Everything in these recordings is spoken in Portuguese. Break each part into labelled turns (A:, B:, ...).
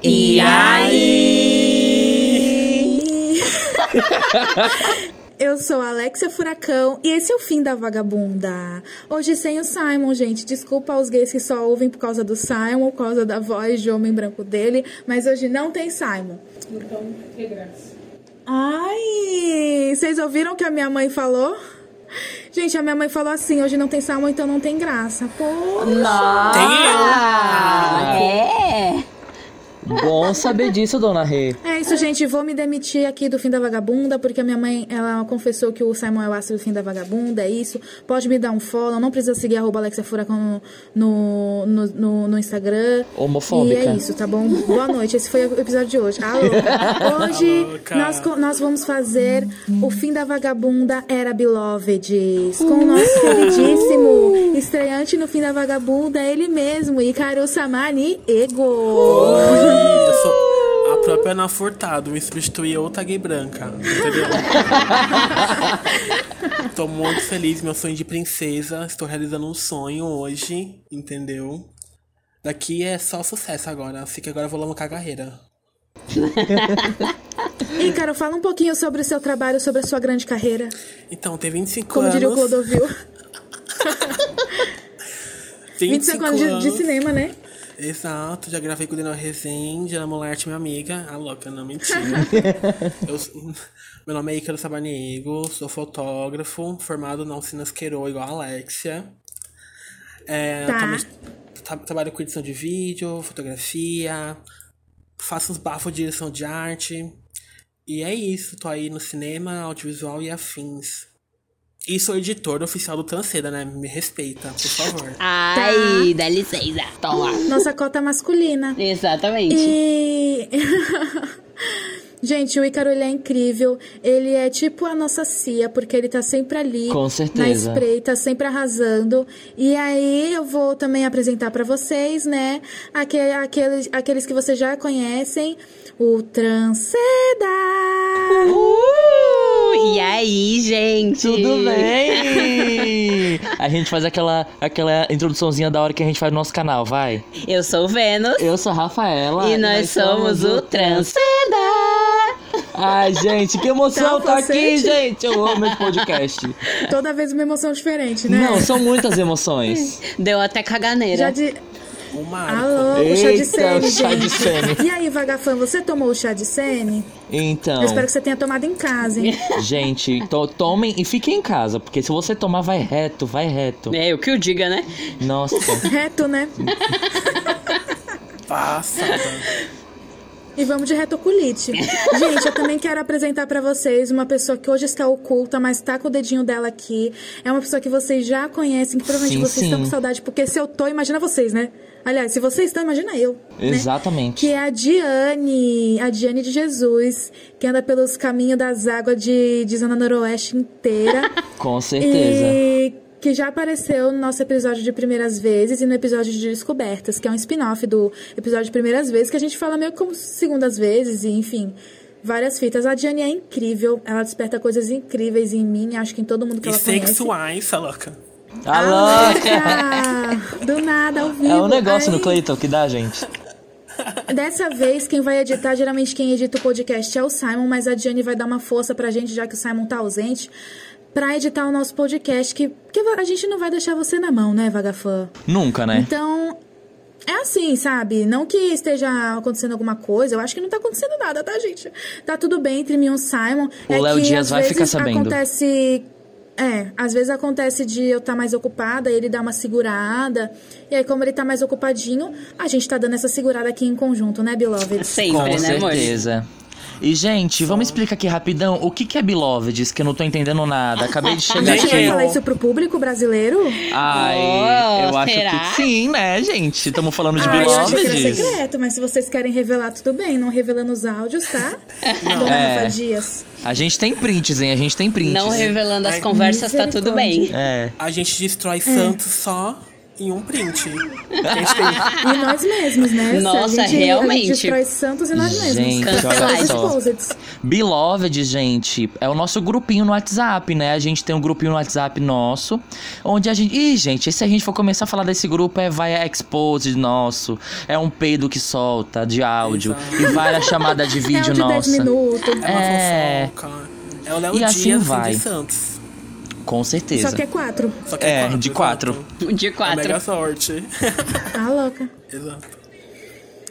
A: E aí?
B: Eu sou a Alexia Furacão e esse é o fim da vagabunda. Hoje sem o Simon, gente. Desculpa aos gays que só ouvem por causa do Simon, por causa da voz de homem branco dele, mas hoje não tem Simon.
C: Então, que graça.
B: Ai, vocês ouviram o que a minha mãe falou? Gente, a minha mãe falou assim: hoje não tem Simon, então não tem graça. Pô.
A: Nossa!
D: Ah,
A: É!
D: Bom saber disso, dona Rê.
B: É isso, gente. Vou me demitir aqui do fim da vagabunda, porque a minha mãe, ela confessou que o Simon é o ácido do fim da vagabunda, é isso. Pode me dar um follow, não precisa seguir arroba Alexia Furacão no, no, no, no Instagram.
D: Homofóbica.
B: E é isso, tá bom? Boa noite. Esse foi o episódio de hoje. Alô. Hoje
E: louca.
B: nós, co- nós vamos fazer o fim da vagabunda era Beloveds. Com o nosso queridíssimo estreante no fim da vagabunda, ele mesmo, Icaru Samani Ego.
E: Ui, eu sou a própria Ana Furtado, me substituir outra gay branca, entendeu? Tô muito feliz, meu sonho de princesa, estou realizando um sonho hoje, entendeu? Daqui é só sucesso agora, assim que agora eu vou lançar a carreira.
B: Ícaro, fala um pouquinho sobre o seu trabalho, sobre a sua grande carreira.
E: Então, ter 25
B: Como
E: anos...
B: diria o Clodovil. 25 anos de, de
E: anos.
B: cinema, né?
E: Exato, já gravei com o Daniel Rezende, Ana Molarte, minha amiga. A louca, não, mentira. Eu s- meu nome é Ícaro Sabaniego, sou fotógrafo, formado na Alcinas Queiroz, igual a Alexia. É,
B: Tá.
E: atualmente tra- trabalho com edição de vídeo, fotografia, faço uns bafos de direção de arte. E é isso, tô aí no cinema, audiovisual e afins. E sou editor oficial do Transceda, né? Me respeita, por favor.
A: Ai, Ah, tá dá licença. Toma.
B: Nossa cota masculina.
A: Exatamente.
B: E. Gente, o Ícaro ele é incrível. Ele é tipo a nossa Cia, porque ele tá sempre ali.
D: Com certeza.
B: Na espreita, sempre arrasando. E aí eu vou também apresentar pra vocês, né? aque- Aqueles, aqueles que vocês já conhecem: o Transceda!
A: Uh! E aí, gente?
D: Tudo bem? A gente faz aquela, aquela introduçãozinha da hora que a gente faz no nosso canal, vai.
A: Eu sou o Vênus.
D: Eu sou a Rafaela.
A: E nós somos o Transceda!
D: Ai, gente, que emoção
A: Então,
B: Tá
D: tá aqui,
B: facete.
D: gente. Eu amo esse podcast.
A: Né?
B: Toda vez uma emoção diferente, né?
D: Não, são muitas emoções.
A: Deu até caganeira.
B: Já de...
E: O Marco.
B: Alô, o chá de
D: Ah, Eita,
B: sene,
D: o chá de
B: gente.
D: sene.
B: E aí, Vagafã, você tomou o chá de sene?
D: Então,
B: Eu espero que você tenha tomado em casa, hein?
D: gente, to- tomem e fiquem em casa, porque se você tomar, vai reto, vai reto.
A: É, eu que o diga, né?
D: Nossa.
B: Reto, né?
E: Passada.
B: E vamos de retoculite. Gente, eu também quero apresentar pra vocês uma pessoa que hoje está oculta, mas tá com o dedinho dela aqui. É uma pessoa que vocês já conhecem, que provavelmente
D: Sim,
B: vocês
D: sim.
B: estão com saudade, porque se eu tô, imagina vocês, né? Aliás, se vocês estão, imagina eu. né?
D: Exatamente.
B: Que é a Diane, a Diane de Jesus, que anda pelos caminhos das águas de, de Zona Noroeste inteira.
D: Com certeza.
B: E que já apareceu no nosso episódio de Primeiras Vezes e no episódio de Descobertas, que é um spin-off do episódio de Primeiras Vezes, que a gente fala meio como segundas vezes, e enfim. Várias fitas. A Diane é incrível, ela desperta coisas incríveis em mim, acho que em todo mundo que
E: E
B: ela conhece.
E: sexuais, essa louca.
D: Alô!
B: Louca! Do nada, ao vivo.
D: É um negócio no
B: Ai.
D: Cleiton que dá, gente.
B: Dessa vez, quem vai editar, geralmente quem edita o podcast é o Simon, mas a Diane vai dar uma força pra gente, já que o Simon tá ausente, pra editar o nosso podcast, que, que a gente não vai deixar você na mão, né, Vagafã?
D: Nunca, né?
B: Então, é assim, sabe? Não que esteja acontecendo alguma coisa, eu acho que não tá acontecendo nada, tá, gente? Tá tudo bem entre mim e o Simon.
D: O
B: é
D: Léo
B: que,
D: Dias
B: às
D: vai
B: vezes,
D: ficar sabendo.
B: Acontece. É, às vezes acontece de eu estar mais ocupada, ele dá uma segurada. E aí, como ele tá mais ocupadinho, a gente tá dando essa segurada aqui em conjunto, né, Beloved?
D: Com
A: Sempre, né, amor?
D: certeza. E, gente, vamos explicar aqui rapidão o que, que é Beloveds, que eu não tô entendendo nada. Acabei de
B: A
D: chegar
B: gente vai
D: aqui.
B: falar isso pro público brasileiro?
D: Ai,
A: Oh,
D: eu acho
A: será?
D: que sim, né, gente? Estamos falando de
B: Ah, eu achei que era
A: é
D: Beloveds.
B: secreto, mas se vocês querem revelar, tudo bem. Não revelando os áudios, tá? Dona
D: É.
B: Rafa Dias.
D: A gente tem prints, hein? A gente tem prints.
A: Não revelando as
E: Ai,
A: conversas, tá tudo bem.
D: É.
E: A gente destrói Santos só em um print. A gente tem-
B: E nós mesmos, né? Se
A: Nossa,
B: a gente,
A: realmente.
B: A gente destrói santos e nós mesmos.
F: Gente,
A: olha
B: Cancelados
F: só.
B: exposeds.
F: Beloved, gente, é o nosso grupinho no WhatsApp, né? A gente tem um grupinho no WhatsApp nosso, onde a gente. Ih, gente, se a gente for começar a falar desse grupo, é vai a expose nosso, é um peido que solta de áudio,
E: Exato.
F: e vai a chamada de
B: É
F: vídeo
B: um de 10
F: nossa.
B: minutos.
E: é uma
F: É.
E: fofoca. É o Léo
F: E
E: Dias
F: assim
E: e
F: vai.
E: de Santos.
F: Com certeza.
B: Só que é quatro.
E: Só que
F: É, de quatro.
E: exato.
A: De
E: É a melhor
A: quatro.
E: sorte.
B: Tá louca.
E: exato.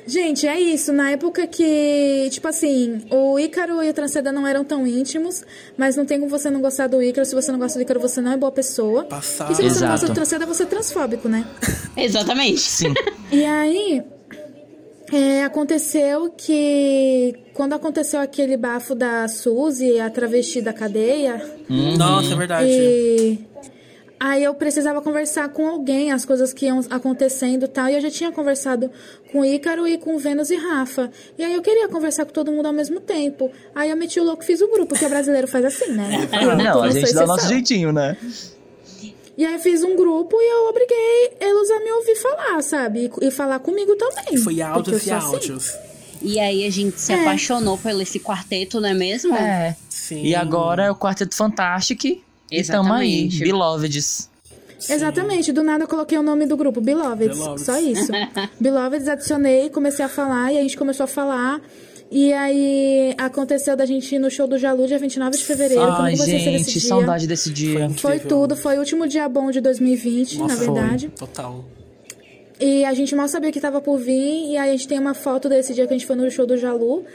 B: Gente, é isso. Na época que, tipo assim, o Ícaro e o Transcenda não eram tão íntimos, mas não tem como você não gostar do Ícaro. Se você não gosta do Ícaro, você não é boa pessoa.
E: Passado.
B: E se você não gosta
F: Exato.
B: do Transcenda, você é transfóbico, né?
A: Exatamente.
F: Sim.
B: E aí, é, aconteceu que quando aconteceu aquele bafo da Suzy, a travesti da cadeia,
F: Uhum.
E: Nossa, é verdade.
B: e aí eu precisava conversar com alguém as coisas que iam acontecendo e tal. E eu já tinha conversado com Ícaro e com Vênus e Rafa. E aí eu queria conversar com todo mundo ao mesmo tempo. Aí eu meti o louco e fiz o grupo, porque o brasileiro faz assim, né? E eu
F: Não,
B: sou
F: a gente dá o nosso
B: exceção.
F: jeitinho, né?
B: E aí eu fiz um grupo e eu obriguei eles a me ouvir falar, sabe? E, e falar comigo também.
E: Foi áudios
B: porque
E: e
B: eu sou assim.
E: áudios.
A: E aí a gente se
B: É.
A: apaixonou pelo esse quarteto, não é mesmo?
F: É.
E: Sim.
F: E agora é o Quarteto Fantastic. E tamo aí,
A: Exatamente.
F: Beloveds.
E: Sim.
B: Exatamente, do nada eu coloquei o nome do grupo, Beloveds,
E: Beloveds.
B: só isso. Beloveds, adicionei, comecei a falar e a gente começou a falar. E aí aconteceu da gente ir no show do Jalu dia 29 de fevereiro. Como
F: Ai,
B: vocês desse
F: gente,
B: dia?
F: saudade desse dia.
B: Foi
E: Incrível.
B: tudo, foi o último dia bom de 2020,
E: Nossa,
B: na É verdade.
E: foi. Total.
B: E a gente mal sabia que tava por vir, e aí a gente tem uma foto desse dia que a gente foi no show do Jalu.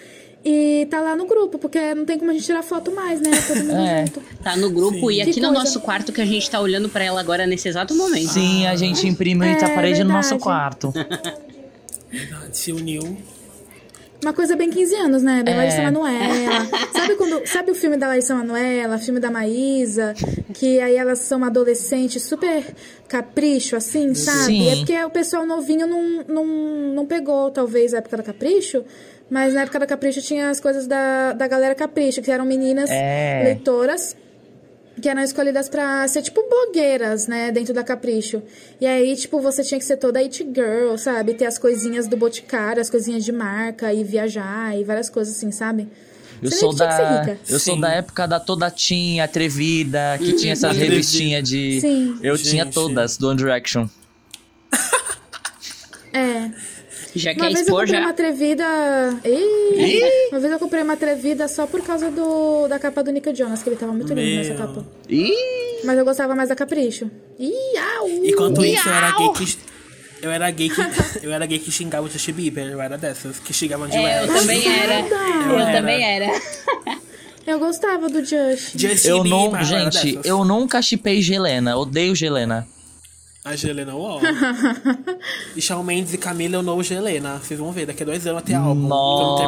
B: E tá lá no grupo, porque não tem como a gente tirar foto mais, né? Todo mundo
F: É.
B: junto.
A: Tá no grupo e
B: Que
A: aqui no
B: coisa.
A: nosso quarto que a gente tá olhando pra ela agora nesse exato momento.
F: Sim, a gente imprime
B: É,
F: a parede no nosso
B: verdade.
F: quarto.
E: Verdade, Se uniu.
B: Uma coisa bem 15 anos, né? Bem
F: É.
B: Larissa Manoela. sabe, quando, sabe o filme da Larissa Manoela, filme da Maísa? Que aí elas são uma adolescente super capricho, assim, sabe?
F: Sim.
B: É porque o pessoal novinho não, não, não pegou, talvez, a época da Capricho. Mas na época da Capricho tinha as coisas da, da galera Capricho, que eram meninas
F: É.
B: leitoras. Que eram escolhidas pra ser, tipo, blogueiras, né? Dentro da Capricho. E aí, tipo, você tinha que ser toda it girl, sabe? Ter as coisinhas do Boticário, as coisinhas de marca, e viajar, e várias coisas assim, sabe?
F: Eu
B: você
F: sou
B: nem tinha
F: da,
B: que ser rica.
F: eu sou
E: Sim.
F: da época da toda tinha, atrevida, que tinha essas
E: Atrevida.
F: revistinhas de.
B: Sim.
F: Eu tinha
E: Gente.
F: todas do One Direction.
B: É.
A: Já
B: Uma
A: quer
B: vez eu
A: expor,
B: comprei
F: é
A: já.
B: uma atrevida... Ih! Uma vez eu comprei uma atrevida só por causa do... da capa do Nick Jonas, que ele tava muito lindo nessa
E: Meu.
B: capa.
F: Ih!
B: Mas eu gostava mais da Capricho. Ih, au!
E: Enquanto isso, eu era gay que. Eu era gay que. Eu era gay que xingava o Justin Bieber. Eu era dessas. Que xingavam de
A: É, eu
E: West.
A: também era.
B: Passada.
A: Eu
E: Era.
A: também era.
B: Eu gostava do Just.
E: Justin
F: Eu não.
E: Bieber, era
F: Gente,
E: dessas.
F: eu nunca chipei Gelena. Odeio Gelena.
E: A Gelena, ó. e Shawn Mendes e Camila, eu não Gelena. Vocês vão ver, daqui a dois anos até álbum. Quando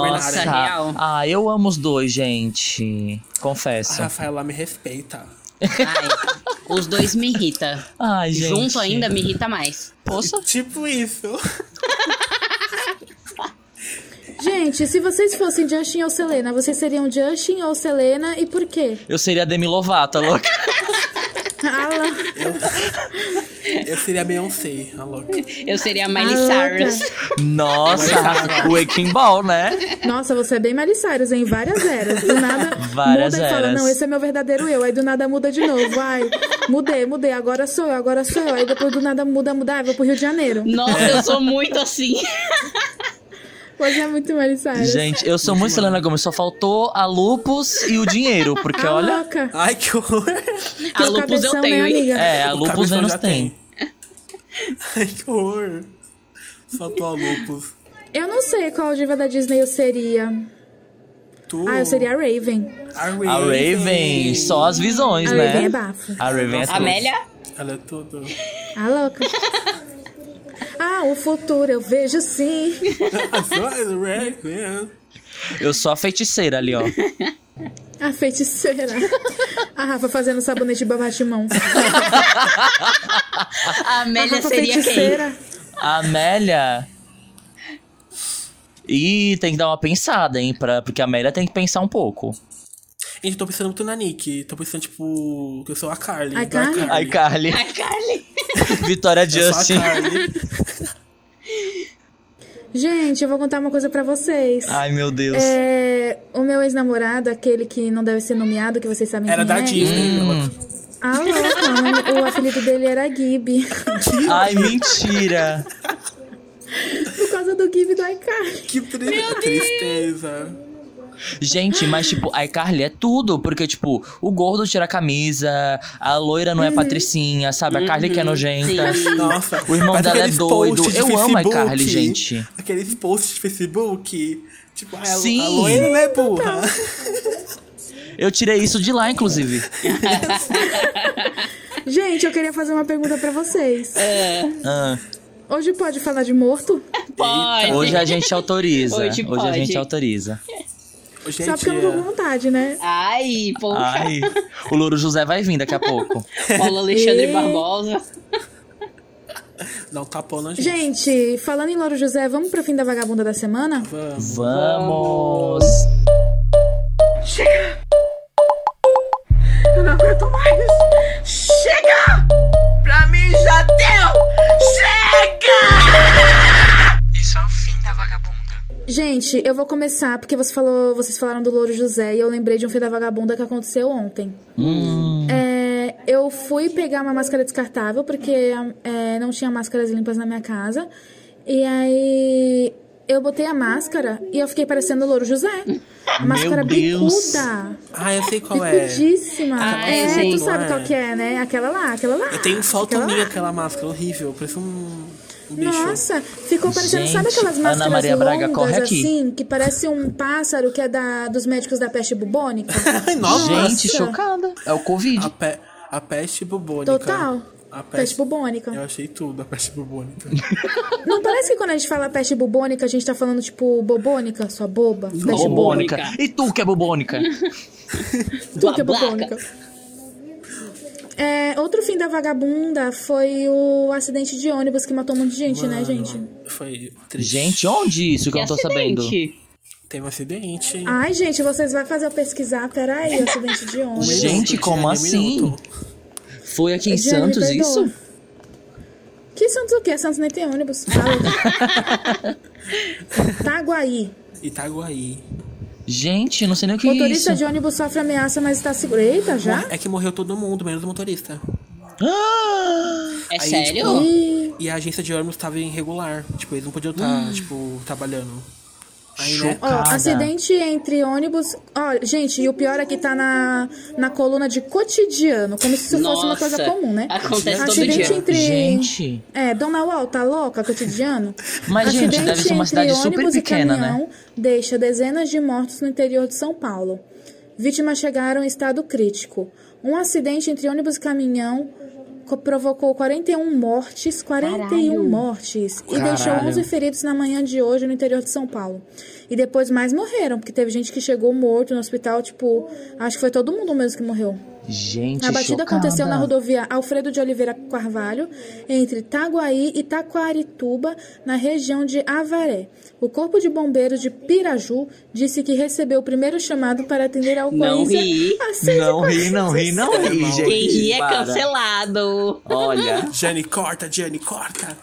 E: né?
F: Nossa.
E: terminarem.
A: real.
F: Ah, eu amo os dois, gente.
E: A
F: Confesso.
E: Rafaela me respeita.
A: Ai, os dois me irritam.
F: Ai, gente.
A: Junto ainda me irrita mais.
F: Poxa.
E: Tipo isso.
B: Gente, se vocês fossem Justin ou Selena, vocês seriam Justin ou Selena e por quê?
F: Eu seria a Demi Lovato, louca.
B: Ala,
E: Eu seria Beyoncé, a louca.
A: Eu seria a Miley
B: Ah,
A: Cyrus.
F: Nossa, o Waking Ball, né?
B: Nossa, você é bem Miley Cyrus, hein? Várias eras. Do nada
F: Várias
B: muda e fala,
F: eras.
B: não, esse é meu verdadeiro eu. Aí do nada muda de novo. Ai, mudei, mudei, agora sou eu, agora sou eu. Aí depois do nada muda, muda, ai, vou pro Rio de Janeiro.
A: Nossa, eu sou muito assim.
B: Você é muito Miley Cyrus.
F: Gente, eu sou muito Selena Gomes. Só faltou a Lupus e o dinheiro, porque
B: Tá
F: olha.
B: louca.
E: Ai, que horror.
A: A lupus eu
B: cabeção,
A: tenho,
B: né,
A: hein?
B: amiga?
F: É, a
E: O
F: Lupus
E: cabeção
F: Vênus
E: já
F: tem.
E: Ai, que horror. Só tô a Lupus.
B: Eu não sei qual diva da Disney eu seria.
E: Tu.
F: Uh.
B: Ah, eu seria a Raven.
E: A Raven.
F: A Raven, só as visões,
B: é. A
F: né?
B: Raven é bafo.
F: A Raven é tudo.
A: Amélia?
E: Ela é tudo.
B: A louca. Ah, o futuro eu vejo sim.
E: A Raven.
F: Eu sou a feiticeira ali, ó.
B: A feiticeira. A Rafa fazendo sabonete de babatimão.
A: A Amélia
B: Rafa
A: seria quem?
B: feiticeira.
F: A Amélia. Ih, tem que dar uma pensada, hein? Pra... Porque a Amélia tem que pensar um pouco.
E: Gente, eu tô pensando muito na Nick. Tô pensando, tipo, que eu sou a Carly.
B: A
E: do iCarly.
F: Ai, Carly.
A: A Carly.
F: Vitória
E: Eu sou É a
F: Justin.
E: Carly.
B: Gente, eu vou contar uma coisa pra vocês.
E: Ah,
F: Ai, meu Deus.
B: É, o meu ex-namorado, aquele que não deve ser nomeado, que vocês sabem
E: Era
B: quem
E: da
B: é.
E: Disney.
F: Hum.
B: Ah, louca, o apelido dele era Gibi.
F: Ai, mentira.
B: Por causa do Gibi do iCarly.
E: Que tri- tristeza.
F: Gente, mas tipo, a iCarly é tudo, porque tipo, o gordo tira a camisa, a loira
B: Uhum.
F: não é patricinha, sabe? A Carly que é nojenta.
E: Nossa.
F: O irmão
E: mas
F: dela é
E: aqueles
F: doido.
E: posts de
F: Eu amo a
E: Facebook,
F: Carly, gente.
E: Aqueles posts de Facebook. Tipo, ah,
F: Sim.
E: a loira não é burra.
F: Eu tirei isso de lá, inclusive.
B: Gente, eu queria fazer uma pergunta pra vocês.
E: É.
F: Ah,
B: Hoje pode falar de morto?
A: Pode.
F: hoje a gente autoriza.
A: É. Hoje
F: Hoje, a
A: pode.
F: gente autoriza.
E: Hoje
B: Então, Só
E: é
B: porque eu não tô com
E: dia.
B: vontade, né?
A: Ai, poxa.
F: Ai, o Louro José vai vir daqui a pouco.
A: Paulo Alexandre
B: Ih.
A: Barbosa.
E: Dá um tapão na gente.
B: Gente, falando em Louro José, vamos pro fim da vagabunda da semana?
E: Vamos.
F: Vamos!
G: Eu não aguento mais. Chega! Pra mim já deu! Chega! Isso é o fim da vagabunda.
B: Gente, eu vou começar porque você falou, vocês falaram do Louro José e eu lembrei de um fim da vagabunda que aconteceu ontem.
E: Hum.
B: É, eu fui pegar uma máscara descartável porque é, não tinha máscaras limpas na minha casa. E aí eu botei a máscara e eu fiquei parecendo o Louro José. A máscara
F: Deus.
B: bicuda.
E: Ah, eu sei qual é.
B: Bicudíssima.
A: Ai,
B: é,
A: gente.
B: tu sabe qual que é, né? Aquela lá, aquela lá.
E: Eu tenho
B: aquela lá.
E: soltomia aquela máscara horrível. Parece um, um bicho.
B: Nossa, ficou parecendo,
F: Gente,
B: sabe aquelas
F: Ana
B: máscaras
F: Maria Braga,
B: longas,
F: corre aqui.
B: assim, que parece um pássaro que é da, dos médicos da peste bubônica?
E: Ai, nossa.
F: Gente, chocada. É o
E: A,
B: Ah,
F: Covid.
E: pe- a peste bubônica.
B: Total.
E: A peste,
B: Peste bubônica. Né,
E: Eu achei tudo, a peste bubônica.
B: Não parece que quando a gente fala peste bubônica, a gente tá falando, tipo, bobônica, sua boba? Peste bubônica.
F: É Bubônica. E tu que é bubônica?
B: Tu que é
A: Babaca.
B: bubônica. É, outro fim da vagabunda foi o acidente de ônibus que matou um monte de gente, né, gente?
E: Foi triste.
F: Gente, onde isso que, eu não tô sabendo?
A: É acidente.
E: Teve um acidente.
B: Ai, gente, vocês vão fazer eu pesquisar. Peraí, acidente de
E: Um
B: ônibus.
F: Gente,
E: minuto,
F: como
E: Diane, um
F: assim?
E: minuto.
F: Foi aqui em
B: Diane, me
F: Santos
B: perdoa.
F: isso?
B: Que Santos o quê? Santos nem tem ônibus. Taguaí.
E: Itaguaí.
F: Gente, eu não sei nem o que é isso.
B: Motorista de ônibus sofre ameaça, mas está seguro. Eita, já?
E: É que morreu todo mundo, menos o motorista.
F: Ah!
A: É
E: Aí,
A: sério?
E: tipo,
B: Ih,
E: E a agência de ônibus tava irregular. Tipo, eles não podiam estar, tipo, trabalhando. Aí, né?
B: ó,
F: Chocada.
B: acidente entre ônibus. Ó, gente, e o pior é que tá na, na coluna de cotidiano, como se isso fosse uma coisa comum, né?
A: Acontece todo
B: acidente
A: dia.
B: entre.
F: Gente.
B: É, Dona Wall, tá louca, cotidiano?
F: Mas, gente,
B: Acidente
F: deve ser uma
B: entre
F: cidade super
B: ônibus e
F: pequena, né?
B: caminhão Deixa dezenas de mortos no interior de São Paulo. Vítimas chegaram em estado crítico. Um acidente entre ônibus e caminhão co- provocou 41 mortes, 41 mortes, e deixou
F: Caralho.
B: 11 feridos na manhã de hoje no interior de São Paulo. E depois mais morreram, porque teve gente que chegou morto no hospital, tipo, acho que foi todo mundo mesmo que morreu.
F: Gente,
B: A batida
F: chocada.
B: aconteceu na rodovia Alfredo de Oliveira Carvalho, entre Taguaí e Taquarituba, na região de Avaré. O Corpo de Bombeiros de Piraju disse que recebeu o primeiro chamado para atender a
A: Não
B: ocorrência. assim
A: ri.
B: às seis e
F: Não ri, não ri, não ri, gente.
A: Quem ri é
F: Para.
A: cancelado. né?
F: Olha.
E: Jane, corta, Jane, corta.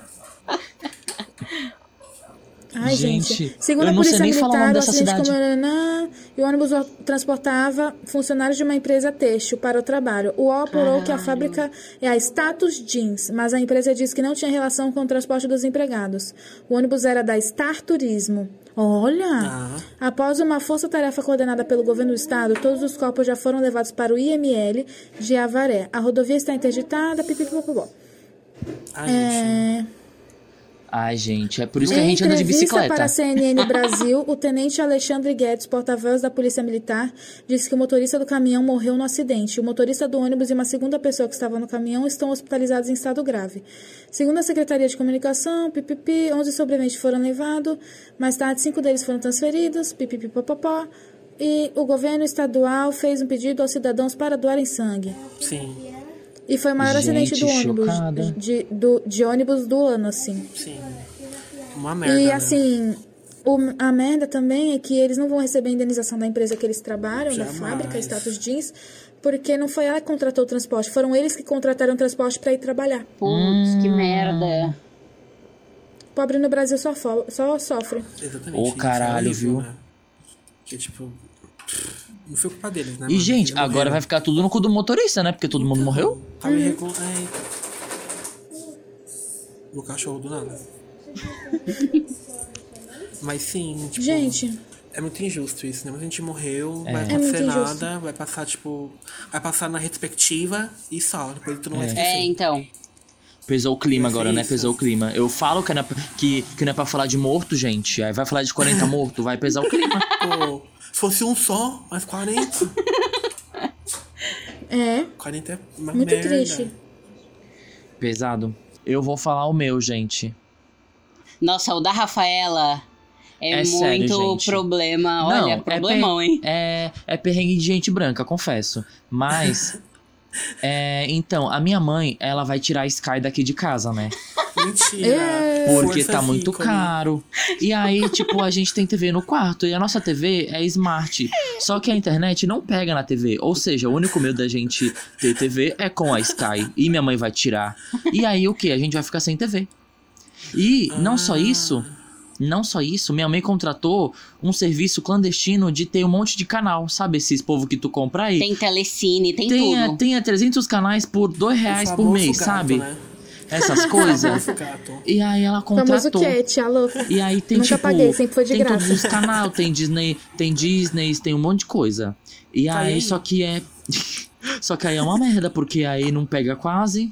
B: Ai, gente.
F: Gente,
B: Segundo
F: eu
B: a
F: não sei
B: polícia
F: nem falar o nome
B: militar, o
F: dessa
B: acidente
F: cidade.
B: comemorou e o ônibus o- transportava funcionários de uma empresa têxtil para o trabalho. O UOL apurou que a fábrica é a Status Jeans, mas a empresa disse que não tinha relação com o transporte dos empregados. O ônibus era da Star Turismo. Olha!
F: Ah.
B: Após uma força-tarefa coordenada pelo governo do estado, todos os corpos já foram levados para o IML de Avaré. A rodovia está interditada, pipipipopopó.
E: Ai, gente.
B: É...
F: Ai, gente, é por isso que a
B: Em
F: gente anda de
B: entrevista
F: bicicleta.
B: para a CNN Brasil, o tenente Alexandre Guedes, porta-voz da Polícia Militar, disse que o motorista do caminhão morreu no acidente. O motorista do ônibus e uma segunda pessoa que estava no caminhão estão hospitalizados em estado grave. Segundo a Secretaria de Comunicação, pipipi, 11 sobreviventes foram levados, mais tarde cinco deles foram transferidos, pipipipopopó, e o governo estadual fez um pedido aos cidadãos para doarem sangue.
E: Sim,
B: E foi o maior
F: Gente,
B: acidente do ônibus,
F: chocada.
B: de, do- de ônibus do ano, assim.
E: sim. Uma merda.
B: E
E: né?
B: assim, O- a merda também é que eles não vão receber a indenização da empresa que eles trabalham,
E: Jamais.
B: da fábrica, status jeans, porque não foi ela que contratou o transporte, foram eles que contrataram o transporte pra ir trabalhar.
A: Putz, que merda.
B: Pobre no Brasil só, fo- só sofre.
E: Exatamente.
F: Ô,
E: isso é
F: caralho,
E: horrível,
F: viu?
E: né? Que tipo. pff, Não foi culpa deles, né?
F: E,
E: mano?
F: gente,
E: Eles
F: agora vai
E: morreram.
F: ficar tudo no cu do motorista, né? Porque todo mundo morreu.
E: Tá me recon... Ai. No cachorro do nada. Mas sim, tipo.
B: Gente,
E: É muito injusto isso, né? Mas a gente morreu, vai
B: É muito
E: acontecer
B: injusto.
E: nada, vai passar, tipo. Vai passar na retrospectiva e só. Depois tu não vai
A: É,
E: esquecer.
A: então.
F: Pesou o clima
E: Vai ser
F: agora, né?
E: isso.
F: Pesou o clima. Eu falo que, não é pra- que, que não é pra falar de morto, gente. Aí vai falar de 40 morto, vai pesar o clima.
E: Pô, se fosse um só, mais 40.
B: é.
E: 40 é uma
B: Muito
E: merda.
B: triste.
F: Pesado. Eu vou falar o meu, gente.
A: Nossa, o da Rafaela é,
F: É
A: muito
F: sério, gente.
A: problema.
F: Não,
A: Olha,
F: é
A: problemão,
F: per-
A: hein?
F: É, é perrengue de gente branca, confesso. Mas. é, então, a minha mãe, ela vai tirar a Sky daqui de casa, né?
E: Mentira.
F: Porque
E: Força
F: tá muito
E: Zico, né?
F: caro. E aí, tipo, a gente tem TV no quarto. E a nossa TV é smart. Só que a internet não pega na TV. Ou seja, o único medo da gente ter TV é com a Sky. E minha mãe vai tirar. E aí, o que? A gente vai ficar sem TV. E não só
E: Ah.
F: isso. Não só isso, minha mãe contratou um serviço clandestino de ter um monte de canal, sabe? Esses povo que tu compra aí.
A: Tem telecine, tem
F: Tenha,
A: tudo.
F: tenha 300 canais por dois
E: O
F: reais por
E: É famoso
F: mês,
E: gato,
F: sabe?
E: Né?
F: Essas
E: O
F: coisas.
E: famoso gato.
F: E aí ela
B: Famoso
F: contratou.
B: cat, alô.
F: E aí tem
B: Nunca
F: tipo.
B: paguei, sempre foi de
F: tem
B: graça.
F: todos os canal, tem Disney, tem Disney, tem um monte de coisa. E
E: Tá
F: aí,
E: aí.
F: só que é. só que aí é uma merda, porque aí não pega quase.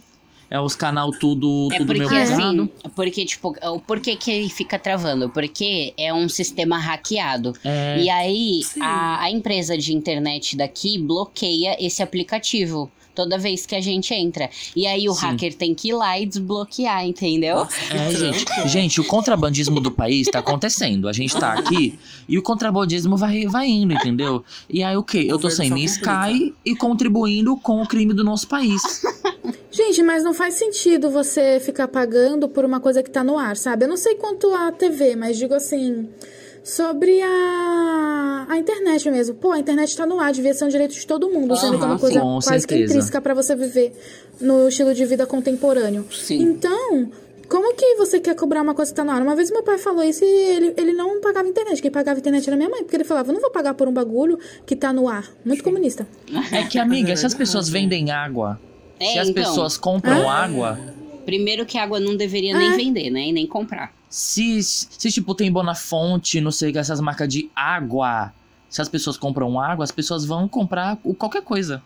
F: É os canal tudo,
A: É
F: tudo
A: porque
F: meio
A: assim,
F: pesado.
A: porque tipo, o porquê que fica travando? Porque é um sistema hackeado.
F: É,
A: E aí,
E: Sim.
A: a, a empresa de internet daqui bloqueia esse aplicativo toda vez que a gente entra. E aí, o
F: Sim.
A: hacker tem que ir lá e desbloquear, entendeu?
F: é, gente. Gente, o contrabandismo do país tá acontecendo. A gente tá aqui e o contrabandismo vai, vai indo, entendeu? E aí o quê? Eu tô sem minha Sky e contribuindo com o crime do nosso país.
B: Gente, mas não faz sentido você ficar pagando por uma coisa que tá no ar, sabe? Eu não sei quanto a TV, mas digo assim, sobre a, a internet mesmo. Pô, a internet tá no ar, devia ser um direito de todo mundo, sendo que é
A: Aham,
B: uma coisa
F: Ah, com
B: quase que
F: certeza.
B: intrínseca pra você viver no estilo de vida contemporâneo.
A: Sim.
B: Então, como que você quer cobrar uma coisa que tá na hora? Uma vez meu pai falou isso e ele, ele não pagava internet. Quem pagava internet era minha mãe, porque ele falava, eu não vou pagar por um bagulho que tá no ar. Muito comunista.
F: É que, amiga, se as pessoas vendem água,
A: É,
F: se as
A: então.
F: pessoas compram água,
E: É.
A: Primeiro que a água não deveria nem
F: É.
B: Ah.
A: vender, né? E nem comprar.
F: se, se tipo, tem Bonafonte, não sei, essas marcas de água, se as pessoas compram água, as pessoas vão comprar o- qualquer coisa.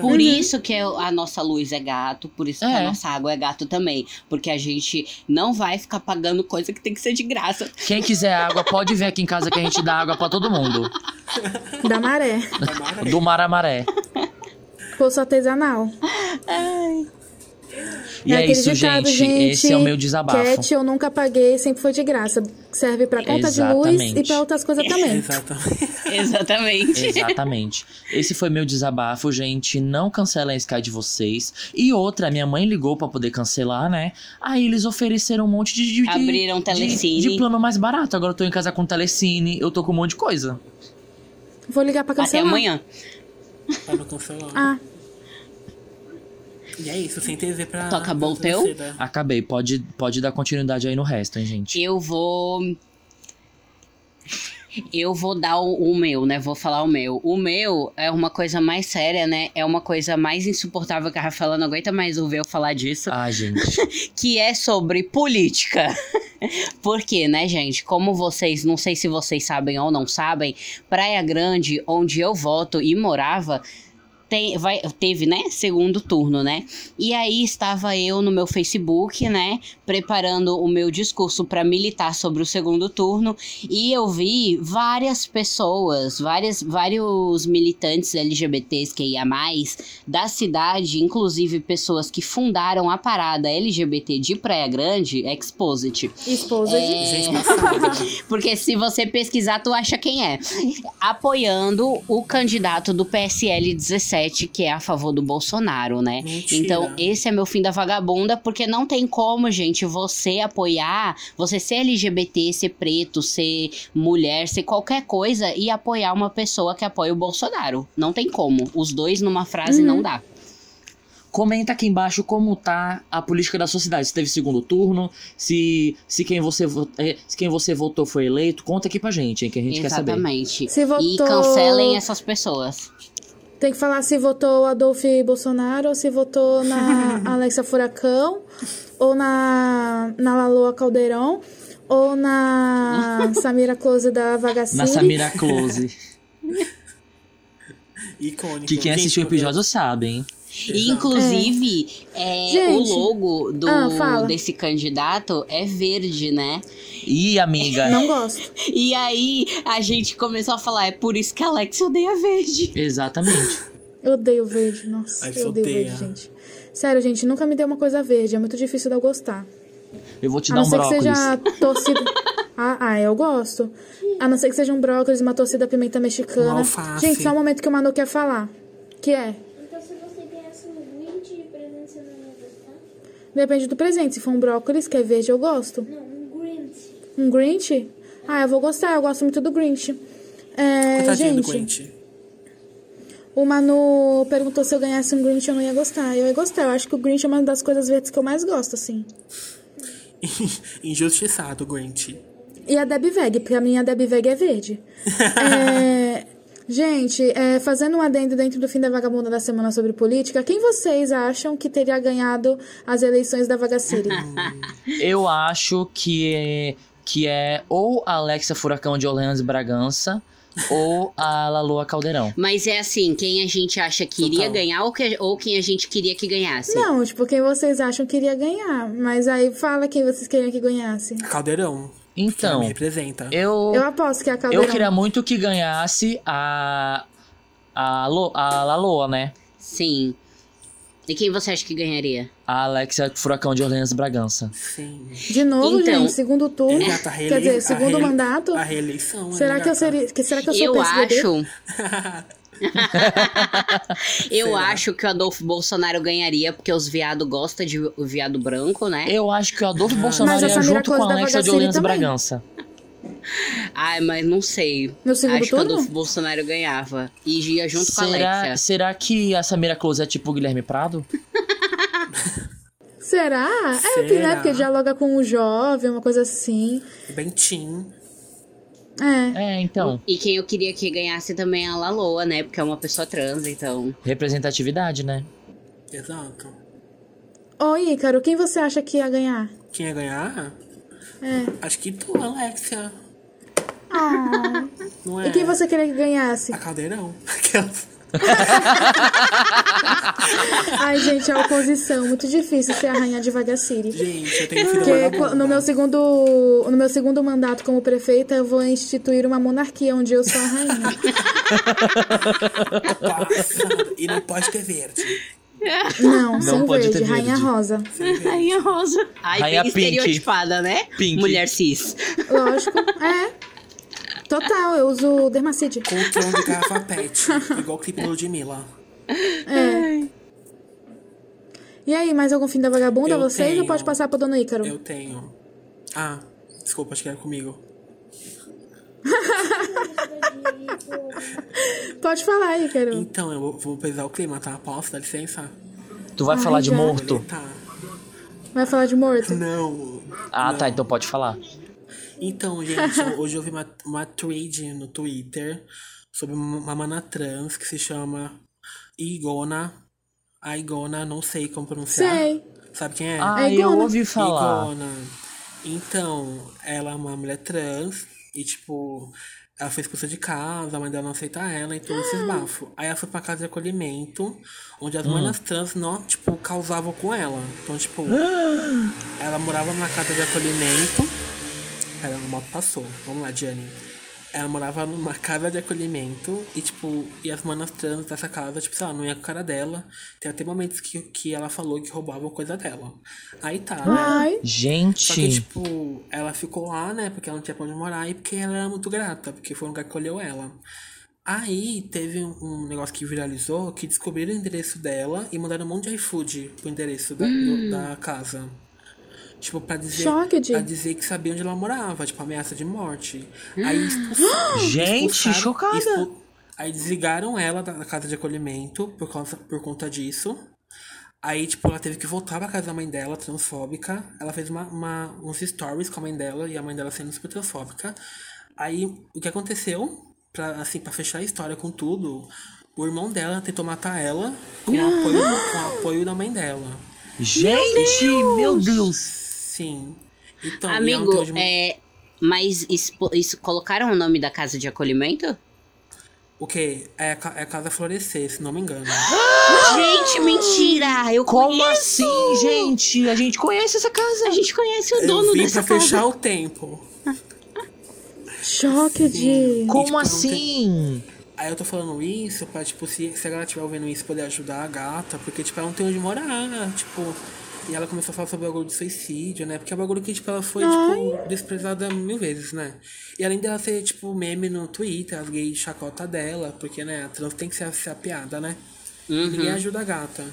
A: Por isso que a nossa luz é gato, por isso que
F: É.
A: a nossa água é gato também. Porque a gente não vai ficar pagando coisa que tem que ser de graça.
F: Quem quiser água, pode vir aqui em casa que a gente dá água pra todo mundo.
B: Da maré.
E: Tomara.
F: Do mar a maré.
B: Poço artesanal.
F: E é,
B: aquele
F: isso,
B: ditado,
F: gente. Esse é o meu desabafo.
B: Cat eu nunca paguei, sempre foi de graça. Serve pra conta de luz
F: Exatamente.
B: e pra outras coisas também.
E: Exatamente.
A: Exatamente.
F: Exatamente. Esse foi meu desabafo, gente. Não cancelem a Sky de vocês. E outra, minha mãe ligou pra poder cancelar, né? Aí eles ofereceram um monte de. de- de-
A: Abriram Telecine.
F: De, de plano mais barato. Agora eu tô em casa com Telecine, eu tô com um monte de coisa.
B: Vou ligar pra
A: Até
B: cancelar.
A: amanhã.
E: Pra não cancelar.
B: Ah,
E: E é isso, sem TV pra.
A: Toca
E: pra
A: Boltel?
E: torcida.
F: Acabei. Pode, pode dar continuidade aí no resto, hein, gente?
A: Eu vou. Eu vou dar o, o meu, né? Vou falar o meu. O meu é uma coisa mais séria, né? É uma coisa mais insuportável que a Rafaela não aguenta mais ouvir eu falar disso.
F: Ah, gente.
A: que é sobre política. Porque, né, gente, como vocês, não sei se vocês sabem ou não sabem, Praia Grande, onde eu voto e morava, tem, vai, teve, né, segundo turno, né? E aí estava eu no meu Facebook, né, preparando o meu discurso para militar sobre o segundo turno, e eu vi várias pessoas, várias, vários militantes LGBTs que ia mais, da cidade, inclusive pessoas que fundaram a parada LGBT de Praia Grande, Exposit.
B: esposa de.
E: Gente
A: É.
E: passada.
A: Porque se você pesquisar, tu acha quem é. Apoiando o candidato do PSL 17 7, que é a favor do Bolsonaro, né?
E: Mentira.
A: Então, esse é meu fim da vagabunda, porque não tem como, gente, você apoiar, você ser LGBT, ser preto, ser mulher, ser qualquer coisa e apoiar uma pessoa que apoia o Bolsonaro. Não tem como. Os dois numa frase não dá.
F: Comenta aqui embaixo como tá a política da sociedade. Se teve segundo turno, se, se, quem, você, vo- eh, se quem você votou foi eleito. Conta aqui pra gente, hein, que a gente quer saber.
A: Exatamente.
B: Se
A: E
B: votou-
A: cancelem essas pessoas.
B: Tem que falar se votou Adolfo Bolsonaro ou se votou na Alexa Furacão ou na, na Laloa Caldeirão ou na Samira Close da Vagacine.
F: Na Samira Close.
E: Icônico.
F: que quem
E: Gente,
F: assistiu o
E: meu Deus.
F: episódio sabe, hein?
A: E, Inclusive, é, o
B: Gente.
A: logo do,
B: Ah, fala.
A: desse candidato é verde, né?
F: Ih, amiga.
B: Não gosto.
A: E aí a gente começou a falar, é por isso que a Alex odeia verde.
F: Exatamente.
B: Eu odeio verde, nossa.
E: Ai, que
B: eu odeio
E: odeia.
B: verde, gente. Sério, gente, nunca me deu uma coisa verde. É muito difícil de eu gostar.
F: Eu vou te
B: A
F: dar
B: não
F: um
B: ser que
F: brócolis.
B: seja torcida. ah, ah, eu gosto. A não ser que seja um brócolis, uma torcida pimenta
E: Uma
B: mexicana.
E: alface.
B: Gente, só um momento que o Manu quer falar. Que é?
H: Então se você ganhasse um 20 de presente, você não ia gostar?
B: Depende do presente. Se for um brócolis que é verde, eu gosto.
H: Não, um Grinch.
B: Um Grinch? Ah, eu vou gostar. Eu gosto muito do Grinch. É,
E: Coitadinho do
B: gente,
E: Grinch.
B: o Manu perguntou se eu ganhasse um Grinch, eu não ia gostar. Eu ia gostar. Eu acho que o Grinch é uma das coisas verdes que eu mais gosto, assim.
E: Injustiçado, Grinch.
B: E a Deb Veg, pra mim a Deb Veg é verde. É, gente, é, fazendo um adendo dentro do fim da vagabunda da semana sobre política, quem vocês acham que teria ganhado as eleições da Vagaciri?
F: Eu acho que é, que é ou a Alexa Furacão de Orleans e Bragança ou a Laloa Caldeirão.
A: Mas é assim, quem a gente acha que iria
E: Total.
A: ganhar ou, que- ou quem a gente queria que ganhasse?
B: Não, tipo, quem vocês acham que iria ganhar? Mas aí fala quem vocês queriam que ganhasse.
E: Caldeirão. Que ela me
F: Então,
E: representa.
F: eu
B: Eu aposto que é a
F: eu
B: Caldeirão.
F: queria muito que ganhasse a a, Lo, a Laloa, né?
A: Sim. E quem você acha que ganharia?
F: A Alexa Furacão de Orleans e Bragança.
E: Sim.
B: De novo,
A: Então,
B: gente, segundo turno.
E: Gata, a
B: É? quer
E: reelei- tá a
B: dizer, segundo
E: reele-
B: mandato.
E: A reeleição. né,
B: Será que eu
E: gata?
B: seria. Que, será que eu sou
A: eu
B: PSDB?
A: acho. eu
E: Será?
A: acho que o Adolfo Bolsonaro ganharia, porque os viado gostam de o viado branco, né?
F: Eu acho que o Adolfo Bolsonaro
B: Ah. Mas a
F: ia
B: Samira
F: junto com a
B: Close da
F: Alexa de
B: Vagaciri
F: Orleans e
B: também.
F: Bragança.
A: Ai, mas não sei.
B: No segundo
A: acho que o
B: turno?
A: Adolfo Bolsonaro ganhava. E ia junto com a
F: Será,
A: Alexa.
F: será que a Samira Close é tipo o Guilherme Prado?
B: Será? É, porque, né,
E: Será?
B: porque dialoga com o jovem, uma coisa assim.
E: Bem teen.
B: É.
F: É, então.
A: E quem eu queria que ganhasse também é a Laloa, né? Porque é uma pessoa trans, então.
F: Representatividade, né?
E: Exato.
B: Oi, Ícaro, quem você acha que ia ganhar?
E: Quem ia ganhar?
B: É.
E: Acho que tu, Alexia.
B: Ah.
E: Não é?
B: e quem você queria que ganhasse?
E: A Caldeirão. Aquelas-
B: Ai, gente, a oposição. Muito difícil ser a rainha de Vagaciri.
E: Gente, eu tenho filho
B: Porque
E: vagabundo.
B: no meu, segundo, no meu segundo mandato como prefeita, eu vou instituir uma monarquia onde eu sou a rainha.
E: Passado. E não pode ter verde.
B: Não, sem
F: pode
B: verde,
F: ter
B: rainha
F: verde.
B: rosa.
A: Rainha Rosa. Ai,
F: Rainha
A: bem
F: Pink.
A: estereotipada, né?
F: Pink.
A: Mulher cis.
B: Lógico, é. Total, eu uso Dermacide.
E: Com o tron de garrafa pet. Igual o clipe do Ludmilla.
B: É. E aí, mais algum fim da vagabunda?
E: Eu
B: vocês
E: tenho.
B: ou pode passar pro Dona Ícaro?
E: Eu tenho. Ah, desculpa, acho que era comigo.
B: Pode falar, Ícaro.
E: Então, eu vou- vou pesar o clima, tá? Posso? Dá licença?
F: Tu vai falar de
B: já.
F: morto?
E: Tá.
B: Vai falar de morto?
E: Não.
F: Ah, tá, então pode falar.
E: Então, gente, hoje eu vi uma, uma thread no Twitter sobre uma uma mana trans que se chama Igona. A Igona, não sei como pronunciar.
B: Sei.
E: Sabe quem é?
F: Ah,
B: É igual,
F: eu
B: né?
F: ouvi falar.
E: Igona. Então, ela é uma mulher trans e, tipo, ela foi expulsa de casa, a mãe dela não aceita ela e tudo esses bafos. Aí ela foi pra casa de acolhimento, onde as manas trans não, tipo, causavam com ela. Então, tipo, ela morava na casa de acolhimento. Ela no moto passou. Vamos lá, Diane. Ela morava numa casa de acolhimento e, tipo, e as manas trans dessa casa, tipo, sei lá, não ia com a cara dela. Tem até momentos que, que ela falou que roubavam coisa dela. Aí tá, né?
B: Ai,
E: Só que,
F: Gente,
E: tipo, ela ficou lá, né? Porque ela não tinha pra onde morar e porque ela era muito grata, porque foi um lugar que acolheu ela. Aí teve um, um negócio que viralizou que descobriram o endereço dela e mandaram um monte de iFood pro endereço da, do- da casa. Tipo, pra dizer,
B: Hum. Choque de-
E: pra dizer que sabia onde ela morava, tipo, ameaça de morte. Aí expulsaram.
F: Gente, chocada.
E: Aí desligaram ela da da casa de acolhimento por, causa, por conta disso. Aí, tipo, ela teve que voltar pra casa da mãe dela, transfóbica. Ela fez uma, uma- uns stories com a mãe dela e a mãe dela sendo super transfóbica. Aí, o que aconteceu, pra, assim, pra fechar a história com tudo, o irmão dela tentou matar ela com o apoio, com o apoio da mãe dela.
F: Gente, meu Deus.
E: Sim. Então, e ela não tem
A: Amigo,
E: onde-
A: é, mas expo- isso, colocaram o nome da casa de acolhimento?
E: O quê? É, a ca- é a Casa Florescer, se não me engano.
A: Gente, mentira! Ah, Eu
F: Como
A: conheço.
F: assim, gente? A gente conhece essa casa.
A: A gente conhece o
E: Eu
A: dono
E: vim
A: dessa
E: pra
A: casa.
E: fechar o tempo.
B: Choque de.
E: E, tipo,
F: Como
E: não
F: assim?
E: Aí eu tô falando isso pra, tipo, se, se a galera estiver ouvindo isso, poder ajudar a gata, porque, tipo, ela não tem onde morar, né? tipo... E ela começou a falar sobre o bagulho do suicídio, né? Porque é um bagulho que, tipo, ela foi, tipo, desprezada mil vezes, né? E além dela ser, tipo, meme no Twitter, as gays chacota dela, porque, né, a trans tem que ser, ser a piada, né? Ninguém ajuda a gata.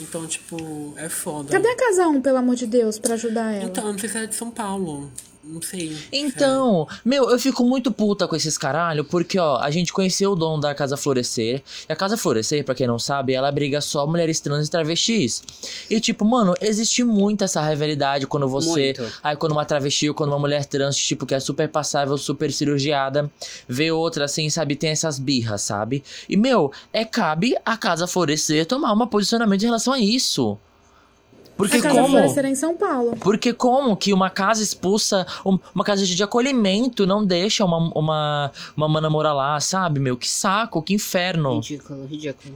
E: Então, tipo, é foda.
B: Cadê a casa 1, pelo amor de Deus, pra ajudar ela?
E: Então, eu não sei se ela é de São Paulo. Não sei.
F: Então, meu, eu fico muito puta com esses caralho, porque, ó, a gente conheceu o dono da Casa Florescer. E a Casa Florescer, pra quem não sabe, ela abriga só mulheres trans e travestis. E, tipo, mano, existe muito essa rivalidade quando você.
A: Muito.
F: Aí, quando uma travesti ou quando uma mulher trans, tipo, que é super passável, super cirurgiada, vê outra assim, sabe? Tem essas birras, sabe? E, meu, é cabe a Casa Florescer tomar um posicionamento em relação a isso. Porque
B: a casa
F: assim, como?
B: florescer é em São Paulo.
F: Porque como que uma casa expulsa, um- uma casa de acolhimento não deixa uma, uma, uma mana morar lá, sabe, meu? Que saco, que inferno.
A: Ridículo, ridículo.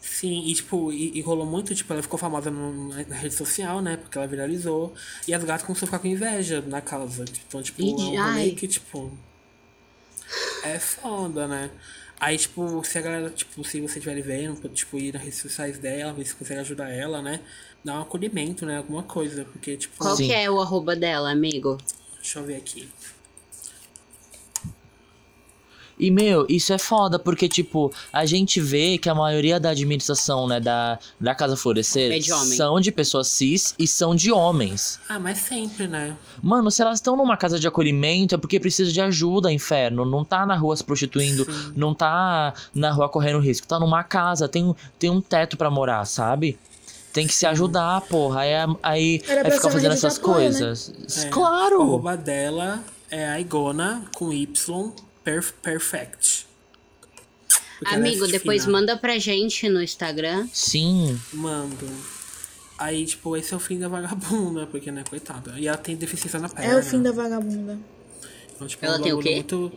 E: Sim, e tipo, e, e rolou muito, tipo, ela ficou famosa no- na, na rede social, né? Porque ela viralizou. E as gatas começaram a ficar com inveja na casa. Então, tipo,
A: E
E: é um
A: ai.
E: rolê que, tipo. É foda, né? Aí, tipo, se a galera, tipo, se você estiver vendo, tipo, ir nas redes sociais dela, ver se consegue ajudar ela, né? Dá um acolhimento, né? Alguma coisa. Porque, tipo,
A: Qual
F: Sim.
A: que é o arroba dela, amigo?
E: deixa eu ver aqui.
F: E, meu, isso é foda, porque, tipo, a gente vê que a maioria da administração, né, da, da Casa Florescer
A: É de homem.
F: são de pessoas cis e são de homens.
E: Ah, mas sempre, né?
F: Mano, se elas estão numa casa de acolhimento é porque precisa de ajuda, inferno. Não tá na rua se prostituindo, não tá na rua correndo risco. Tá numa casa, tem, um- tem um teto pra morar, sabe? Tem que se ajudar, porra. Aí, aí,
B: Era
F: aí
B: pra ser
F: fica
B: uma né?
F: fazendo
B: rede de
F: essas
B: apoio,
F: coisas.
E: É. O
F: Claro!
E: arroba dela é a Igona com Y perf perfect. Porque ela é
A: Amigo, depois
E: fina.
A: manda pra gente no Instagram.
F: Sim.
E: Mando. Aí, tipo, esse é o fim da vagabunda, porque, né, coitada. E ela tem deficiência na perna.
B: É o fim da vagabunda.
E: Então, tipo,
A: Ela
E: um
A: tem o
E: bagulho
A: quê?
E: Muito...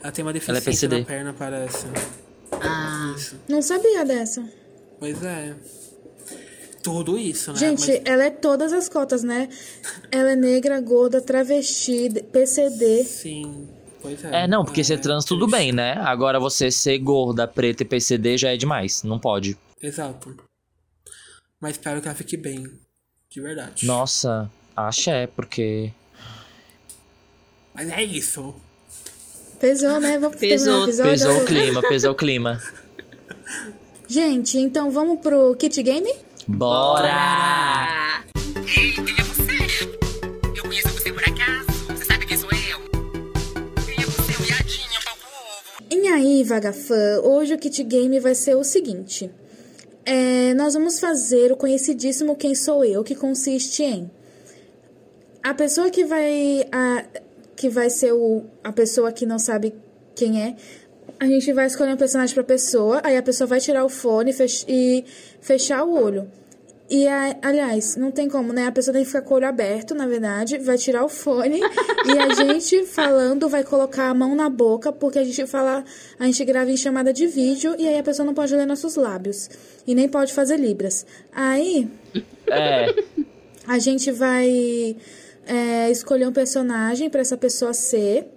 E: Ela tem uma
F: é
E: deficiência
F: PCD.
E: na perna, parece.
A: Ah,
B: Não sabia dessa.
E: Pois é. Tudo isso, né?
B: Gente,
E: Mas-
B: ela é todas as cotas, né? Ela é negra, gorda, travesti, PCD.
E: Sim, pois é.
F: É, não, porque ser trans tudo
E: triste.
F: bem, né? Agora você ser gorda, preta e PCD já é demais. Não pode.
E: Exato. Mas espero que ela fique bem. De verdade.
F: Nossa, acha é, porque.
E: Mas é isso.
B: Pesou, né? Vamos terminar
A: Pesou.
B: o episódio.
F: Pesou o clima, pesou o clima.
B: Gente, então vamos pro Kit Game?
F: Bora!
E: Ah.
G: Ei, quem é você? Eu conheço você por acaso? Você sabe quem sou eu? Quem é você, viadinha, pau com ovo?
B: E aí, vagafã, hoje o kit game vai ser o seguinte. É, nós vamos fazer o conhecidíssimo Quem Sou Eu, que consiste em a pessoa que vai a, que vai ser o, a pessoa que não sabe quem é. A gente vai escolher um personagem pra pessoa, aí a pessoa vai tirar o fone e fech- e fechar o olho. E a- aliás, não tem como, né? A pessoa tem que ficar com o olho aberto, na verdade, vai tirar o fone e a gente falando vai colocar a mão na boca, porque a gente fala, a gente grava em chamada de vídeo e aí a pessoa não pode ler nossos lábios e nem pode fazer libras. Aí,
F: É.
B: a gente vai é, escolher um personagem pra essa pessoa ser.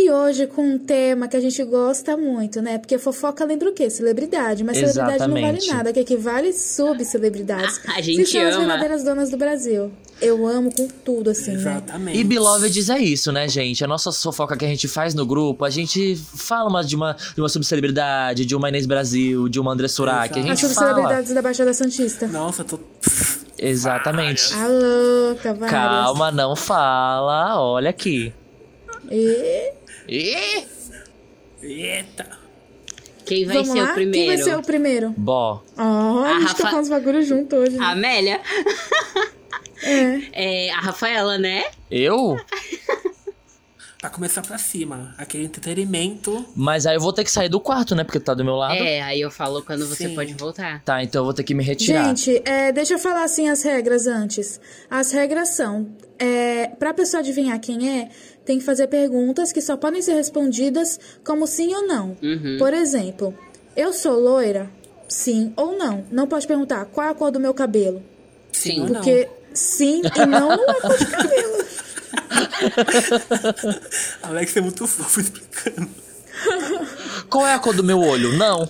B: E hoje com um tema que a gente gosta muito, né? Porque fofoca lembra o quê? Celebridade. Mas celebridade não vale
F: Exatamente.
B: nada, que equivale subcelebridades.
A: A gente
B: que são as
A: ama.
B: verdadeiras donas do Brasil. Eu amo com tudo, assim, né?
E: Exatamente.
F: E Beloveds é isso, né, gente? A nossa fofoca que a gente faz no grupo, a gente fala uma, de, uma, de uma subcelebridade, de uma Inês Brasil, de uma André Surak. A
E: Exato.
B: As
F: gente fala.
B: subcelebridades da Baixada Santista.
E: Nossa, tô.
F: Exatamente.
B: A louca, várias.
F: Calma, não fala. Olha aqui.
B: E...
F: Ih!
E: Eita!
A: Quem vai
B: Vamos
A: ser
B: lá?
A: o primeiro?
B: Quem vai ser o primeiro?
F: Bó.
B: Ó, a
A: A
B: gente
A: Rafa-
B: tocou uns bagulhos junto hoje. né?
A: A Amélia?
B: É.
A: É, a Rafaela, né?
F: Eu?
E: Pra começar pra cima. Aquele entretenimento.
F: Mas aí eu vou ter que sair do quarto, né? Porque tá do meu lado.
A: É, aí eu falo quando você
E: Sim.
A: pode voltar.
F: Tá, então eu vou ter que me retirar.
B: Gente, é, deixa eu falar assim as regras antes. As regras são: é, para a pessoa adivinhar quem é, tem que fazer perguntas que só podem ser respondidas como sim ou não. Por exemplo, eu sou loira? Sim ou não? Não pode perguntar qual é a cor do meu cabelo.
E: Sim,
A: Sim.
E: ou não.
B: Porque sim e não não é cor de cabelo.
E: Alex é muito fofo explicando.
F: Qual é a cor do meu olho? Não.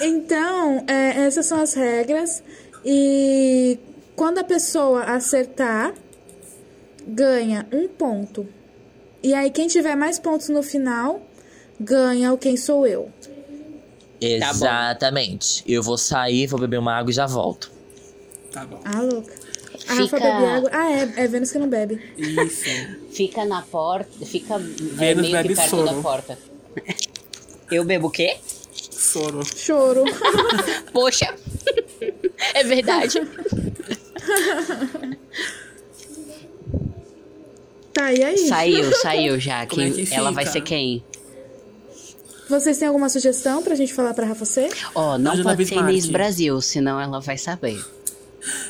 B: Então, é, essas são as regras. E quando a pessoa acertar, ganha um ponto. E aí, quem tiver mais pontos no final, ganha o Quem Sou Eu.
A: Tá bom.
F: Exatamente. Eu vou sair, vou beber uma água e já volto.
E: Tá bom.
B: Ah, louca. A
A: Fica-
B: Rafa bebe água. Ah, é. É Vênus que não bebe.
E: Isso.
A: Fica na porta, fica é,
E: Vênus
A: meio que
E: bebe
A: perto
E: soro.
A: da porta. Eu bebo o quê?
E: Soro.
B: Choro.
A: Poxa, é verdade.
B: Tá, e aí?
A: Saiu, saiu já.
E: Como
A: Quem,
E: é que
A: ela
E: fica?
A: vai ser quem?
B: Vocês têm alguma sugestão pra gente falar pra Rafa C?
A: Ó, não
E: Angela
A: pode ser
E: Bismarck.
A: Inês Brasil, senão ela vai saber.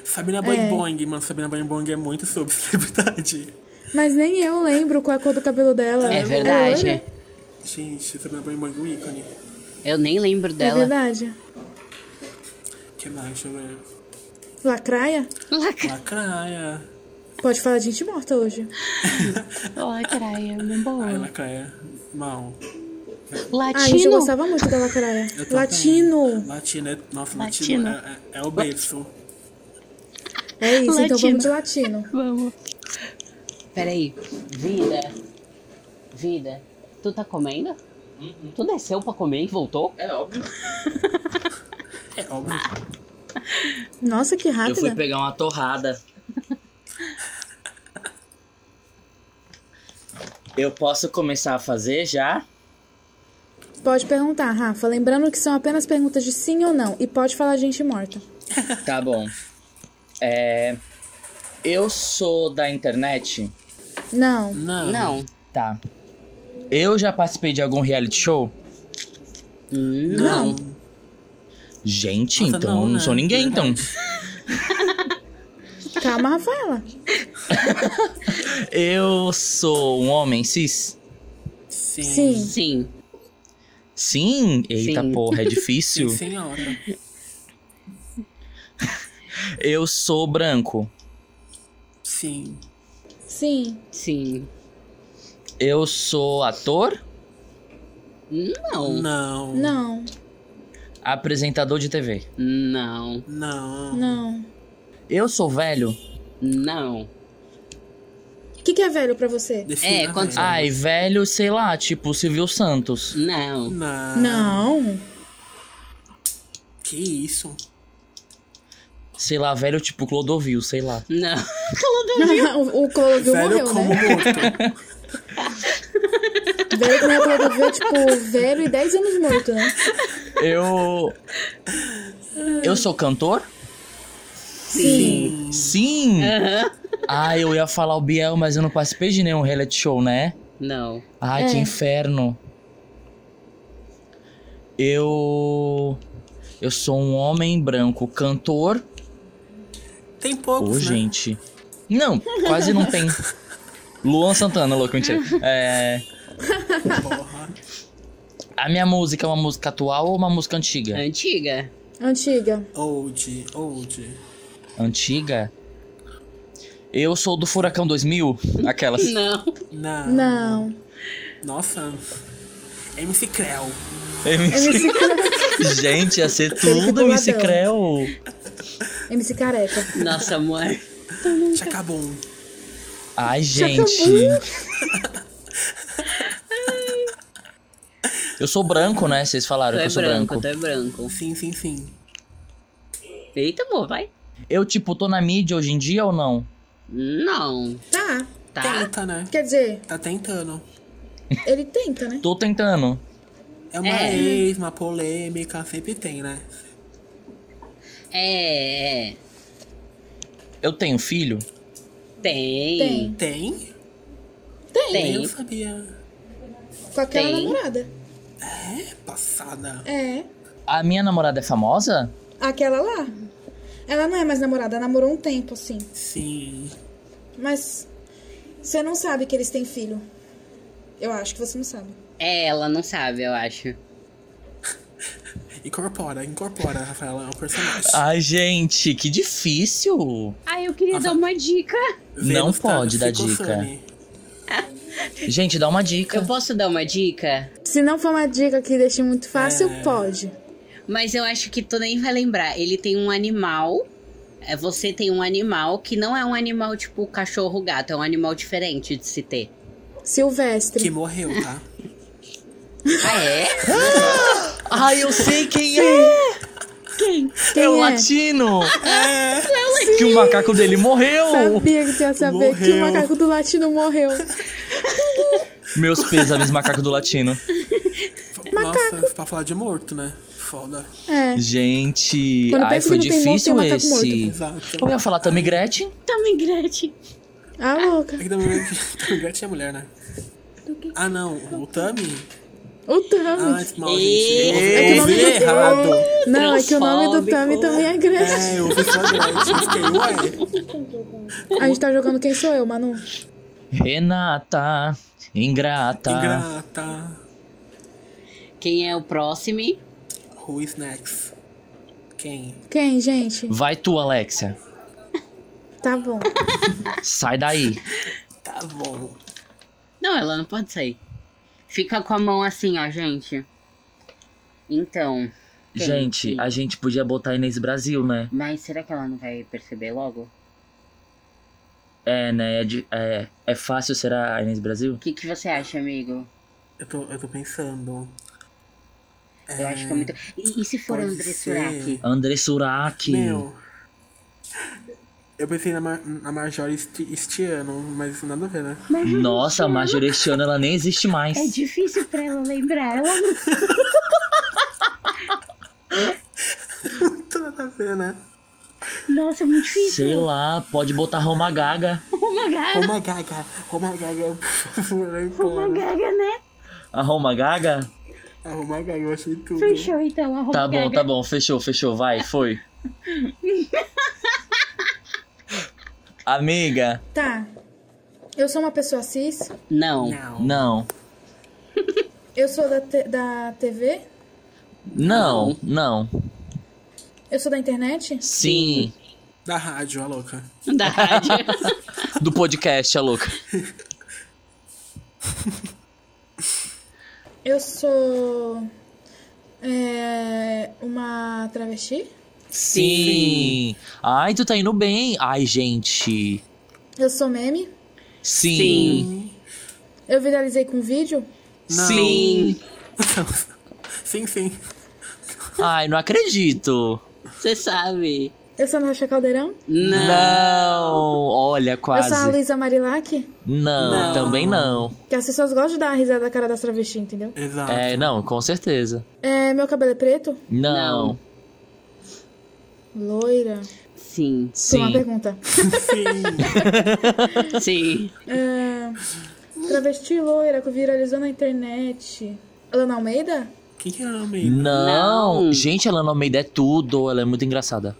E: Sabrina Boing Boing, mano. Sabrina Boing Boing é muito sobre celebridade.
B: Mas nem eu lembro qual é a cor do cabelo dela.
A: É verdade.
B: loira?
E: Gente, Sabrina Boing Boing é um ícone.
A: Eu nem lembro
B: É
A: dela.
B: verdade.
E: que mais? Deixa eu ver.
B: Lacraia?
A: Lacra-
E: Lacraia.
B: Pode falar de gente morta hoje.
A: Lacraia, meu
E: Ai,
A: bom.
E: lacraia. Mal.
B: Ah, gente,
A: Latino.
B: eu gostava muito da lacraia.
E: Eu também.
B: Latino.
E: Latino. é- Nossa,
A: Latino.
E: latino, é, é- é o berço.
B: É isso, então
A: Latino.
B: vamos de latino.
A: Peraí. Vida. Vida. Tu tá comendo? Tu desceu pra comer e voltou?
F: É óbvio.
E: É óbvio.
B: Nossa, que
F: Eu fui
B: rápida.
F: pegar uma torrada. Eu posso começar a fazer já?
B: Pode perguntar, Rafa. Lembrando que são apenas perguntas de sim ou não. E pode falar gente morta.
F: Tá bom. É. Eu sou da internet?
B: Não.
E: Não.
A: Não.
F: Tá. Eu já participei de algum reality show?
B: Não.
F: Gente,
E: Nossa,
F: então
E: não,
F: eu não
E: né?
F: sou ninguém, então.
B: Calma, Rafaela.
F: Eu sou um homem cis?
E: Sim.
B: Sim.
A: Sim.
F: Sim? Eita
A: Sim.
F: porra, é
E: Sim,
F: difícil.
E: senhora.
F: Eu sou branco.
E: Sim.
B: Sim.
A: Sim.
F: Eu sou ator?
A: Não.
E: Não.
B: Não.
F: Apresentador de TV.
A: Não.
E: Não.
B: Não.
F: Eu sou velho?
A: Não.
B: O que, que é velho pra você?
E: Defina,
A: É, quando-
E: velho.
F: Ai, velho, sei lá, tipo Silvio Santos.
A: Não.
E: Não.
B: Não.
E: Que isso?
F: Sei lá, velho, tipo Clodovil, sei lá.
A: Não.
B: o o Clodovil
E: velho
B: morreu,
E: como
B: né?
E: morto.
B: Velho como é Clodovil, é, tipo, velho e 10 anos morto, né?
F: Eu. Eu sou cantor?
B: Sim.
F: Sim! Ah, eu ia falar o Biel, mas eu não participei de nenhum reality show, né?
A: Não.
F: Ai,
B: É.
F: que inferno. Eu. Eu sou um homem branco cantor.
E: Tem
F: Ô,
E: poucos, né?
F: gente. Não, quase não tem. Luan Santana, louco, mentira. É,
E: Porra.
F: a minha música é uma música atual ou uma música antiga?
A: É. Antiga.
B: Antiga.
E: Old, old.
F: Antiga? Eu sou do Furacão 2000, aquelas.
A: Não.
E: Não.
B: Não.
E: Nossa. MC Creu.
F: MC... Gente, ia ser tudo
B: boladão.
F: MC Creu.
B: MC Careca.
A: Nossa, amor.
E: Chacabum.
F: Ai, gente. Eu sou branco, né? Vocês
A: Tu
F: falaram que
A: é
F: eu sou
A: branco,
F: branco.
A: tu é branco.
E: Sim, sim, sim.
A: Eita, amor, vai.
F: Eu, tipo, tô na mídia hoje em dia ou não?
A: Não.
B: Tá.
A: Tá.
E: Tenta, né?
B: Quer dizer,
E: Tá tentando.
B: ele tenta, né?
F: Tô tentando.
E: É uma
A: É.
E: ex, uma polêmica, sempre tem, né?
A: É, é.
F: Eu tenho filho?
A: Tem.
B: Tem.
E: Tem?
B: Tem.
A: Tem.
E: Eu não sabia.
B: Com aquela
A: Tem.
B: namorada.
E: É passada.
B: É.
F: A minha namorada é famosa?
B: Aquela lá. Ela não é mais namorada, ela namorou um tempo, assim.
E: Sim.
B: Mas você não sabe que eles têm filho. Eu acho que você não sabe.
A: É, ela não sabe, eu acho.
E: Incorpora, incorpora, Rafaela, é um personagem.
F: Ai, gente, que difícil.
A: Ah, eu queria dar uma dica.
F: não
E: tá-
F: pode dar
E: ficou
F: dica.
E: Sunny.
F: Gente, dá uma dica.
A: Eu posso dar uma dica?
B: Se não for uma dica que deixe muito fácil, pode.
A: Mas eu acho que tu nem vai lembrar. Ele tem um animal. é, Você tem um animal que não é um animal tipo cachorro gato, é um animal diferente de se ter.
B: Silvestre.
E: Que morreu, tá?
A: Ah, é?
F: Ai, eu sei quem é.
B: Quem
F: é o
B: é?
F: latino. É. Que o macaco dele morreu.
B: Sabia que você ia saber que o
E: Morreu.
B: macaco do latino morreu.
F: Meus pêsames, macaco do latino.
E: Nossa, pra falar de morto, né? Foda.
B: É.
F: Gente,
B: Quando
F: ai,
B: pensa
F: foi
B: que não tem monstro, tem
F: difícil
B: um macaco
F: esse.
E: Exato.
F: Eu ia falar Tammy Gretchen.
A: Também, Gretchen.
B: Ah, louca.
E: É que Tammy Gretchen- Tammy Gretchen é mulher, né? Ah, não. O Tami?
B: O Tami.
E: Ah, esse mal,
A: Ei.
E: gente.
B: É que
E: Eu
B: o nome
E: ouvi
B: do-
E: errado.
B: não, é que o nome do
A: Transfóbico.
B: Tami também é grande.
E: É, eu ouvi só Gretchen. Fiquei, ué.
B: A gente tá jogando Quem Sou Eu, Manu.
F: Renata, ingrata.
E: Ingrata.
A: Quem é o próximo?
E: Who is next? Quem?
B: Quem, gente?
F: Vai tu, Alexia.
B: Tá bom.
F: Sai daí.
E: Tá bom.
A: Não, ela não pode sair. Fica com a mão assim, ó, gente. Então. quem?
F: Gente, a gente podia botar Inês Brasil, né?
A: Mas será que ela não vai perceber logo?
F: É, né? É, de- é, é fácil será a Inês Brasil?
A: O que, que você acha, amigo?
E: Eu tô, eu tô pensando.
A: Eu acho que é muito. E, e se for
E: pode
A: André
E: ser.
A: Surak?
F: André Surak.
E: Meu. Eu pensei na, Mar na Marjorie este este ano, mas nada a ver, né?
F: Nossa, a Majorestiana, ela nem existe mais.
A: É difícil pra ela lembrar. Ela
E: Muito nada a ver, né?
A: Nossa, é muito
F: Sei
A: difícil.
F: lá, pode botar Roma Gaga.
E: Roma Gaga, Roma Gaga, por favor, aí, porra.
A: Gaga, né?
F: A Roma Gaga?
E: A Roma Gaga, eu achei tudo.
A: Fechou então a roupa.
F: Tá bom, tá bom, fechou, fechou, vai, foi. Amiga,
B: Tá. Eu sou uma pessoa cis.
A: Não.
E: Não.
F: não.
B: Eu sou da, te- da TV.
F: Não, não.
B: Eu sou da internet.
F: Sim.
E: Da rádio, a louca.
A: Da rádio.
F: Do podcast, a louca.
B: Eu sou. é, uma travesti.
F: Sim. Ai, tu tá indo bem. Ai, gente.
B: Eu sou meme.
F: Sim.
B: Eu viralizei com vídeo.
F: Sim.
E: sim, sim.
F: Ai, não acredito.
A: Você sabe.
B: Eu sou a Natasha Caldeirão.
F: Não. Olha,
B: Eu sou a
F: quase.
B: Luísa Marilac.
F: Não,
E: Não.
F: também não.
B: Que as pessoas gostam de dar a risada da cara das travestis, entendeu?
E: Exato.
F: É, não, com certeza.
B: É, meu cabelo é preto.
F: Não.
A: Não.
B: Loira.
A: Sim.
B: Sou uma
F: Sim.
B: pergunta.
E: Sim.
A: Sim.
B: É, travesti loira que viralizou na internet. Lana Almeida?
E: Quem que é o nome?
F: Não.
A: Não.
F: Gente, ela no meio é tudo. Ela é muito engraçada.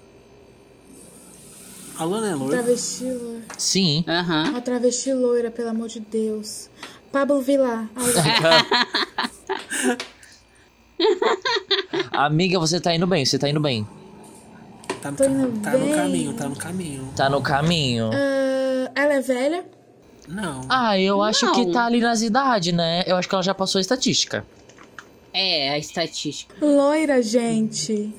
E: A Lana é loira?
B: Travesti loira.
F: Sim.
A: Aham.
B: Uma travesti loira, pelo amor de Deus. Pablo Vilar. a loira.
F: Amiga, você tá indo bem, você tá indo bem.
E: Tá no,
B: Tô
E: ca-
B: indo
E: tá no
B: bem.
E: caminho, tá no caminho.
F: Tá no caminho.
B: Ah, Ela é velha?
E: Não.
F: Ah, eu acho
A: Não.
F: que tá ali nas idades, né? Eu acho que ela já passou a estatística.
A: É, a estatística.
B: Loira, gente.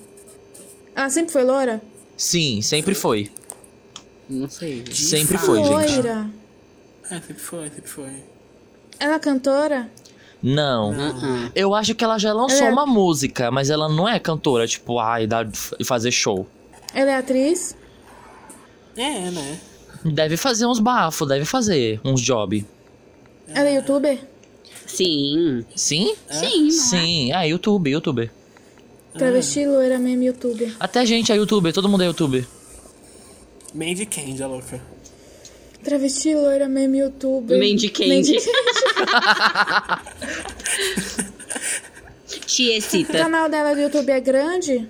B: Ela sempre foi loira?
F: Sim, sempre foi.
A: Não sei. gente.
B: Ah,
F: Sempre foi, gente.
B: loira.
E: É, sempre foi, sempre foi.
B: Ela é cantora?
F: Não.
A: Ah, ah.
F: Eu acho que ela já lançou
B: É.
F: uma música, mas ela não é cantora, tipo, ai, dá e fazer show.
B: Ela é atriz?
E: É, né?
F: Deve fazer uns bafos, deve fazer uns job.
B: Ela é youtuber?
A: Sim.
F: Sim?
A: Sim,
F: Sim, é YouTube, YouTube.
B: Travesti, loira, meme, youtuber.
F: Até gente é youtuber, todo mundo é youtuber.
E: Mandy Candy, a louca.
B: Travesti, loira, meme, youtuber.
A: Mandy Candy.
B: Mandy Candy.
A: Te
B: o
A: excita.
B: canal dela do YouTube é grande?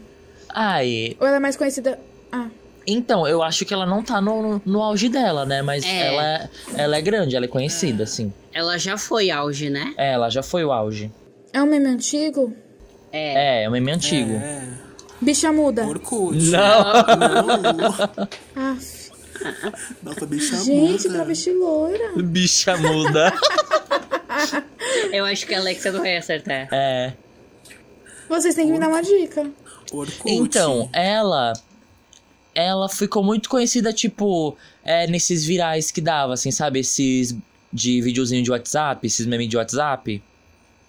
F: Ai,
B: Ou ela é mais conhecida... Ah,
F: então, eu acho que ela não tá no, no, no auge dela, né? Mas
A: É.
F: ela, ela é grande, ela é conhecida, assim.
A: Ela já foi auge, né?
F: É, ela já foi o auge.
B: é um meme antigo?
A: É.
F: É, é um meme antigo.
E: É.
B: Bicha muda?
E: Orkut.
F: Não.
E: Não.
B: Ah,
E: Nossa, bicha
B: gente,
E: muda.
B: travesti, loira.
F: Bicha muda.
A: Eu acho que a Alexa não vai acertar.
F: é.
B: Vocês têm que me dar uma dica.
E: Orkut.
F: Então, ela. Ela ficou muito conhecida, tipo, é, nesses virais que dava, assim, sabe? Esses de videozinho de WhatsApp, esses memes de WhatsApp.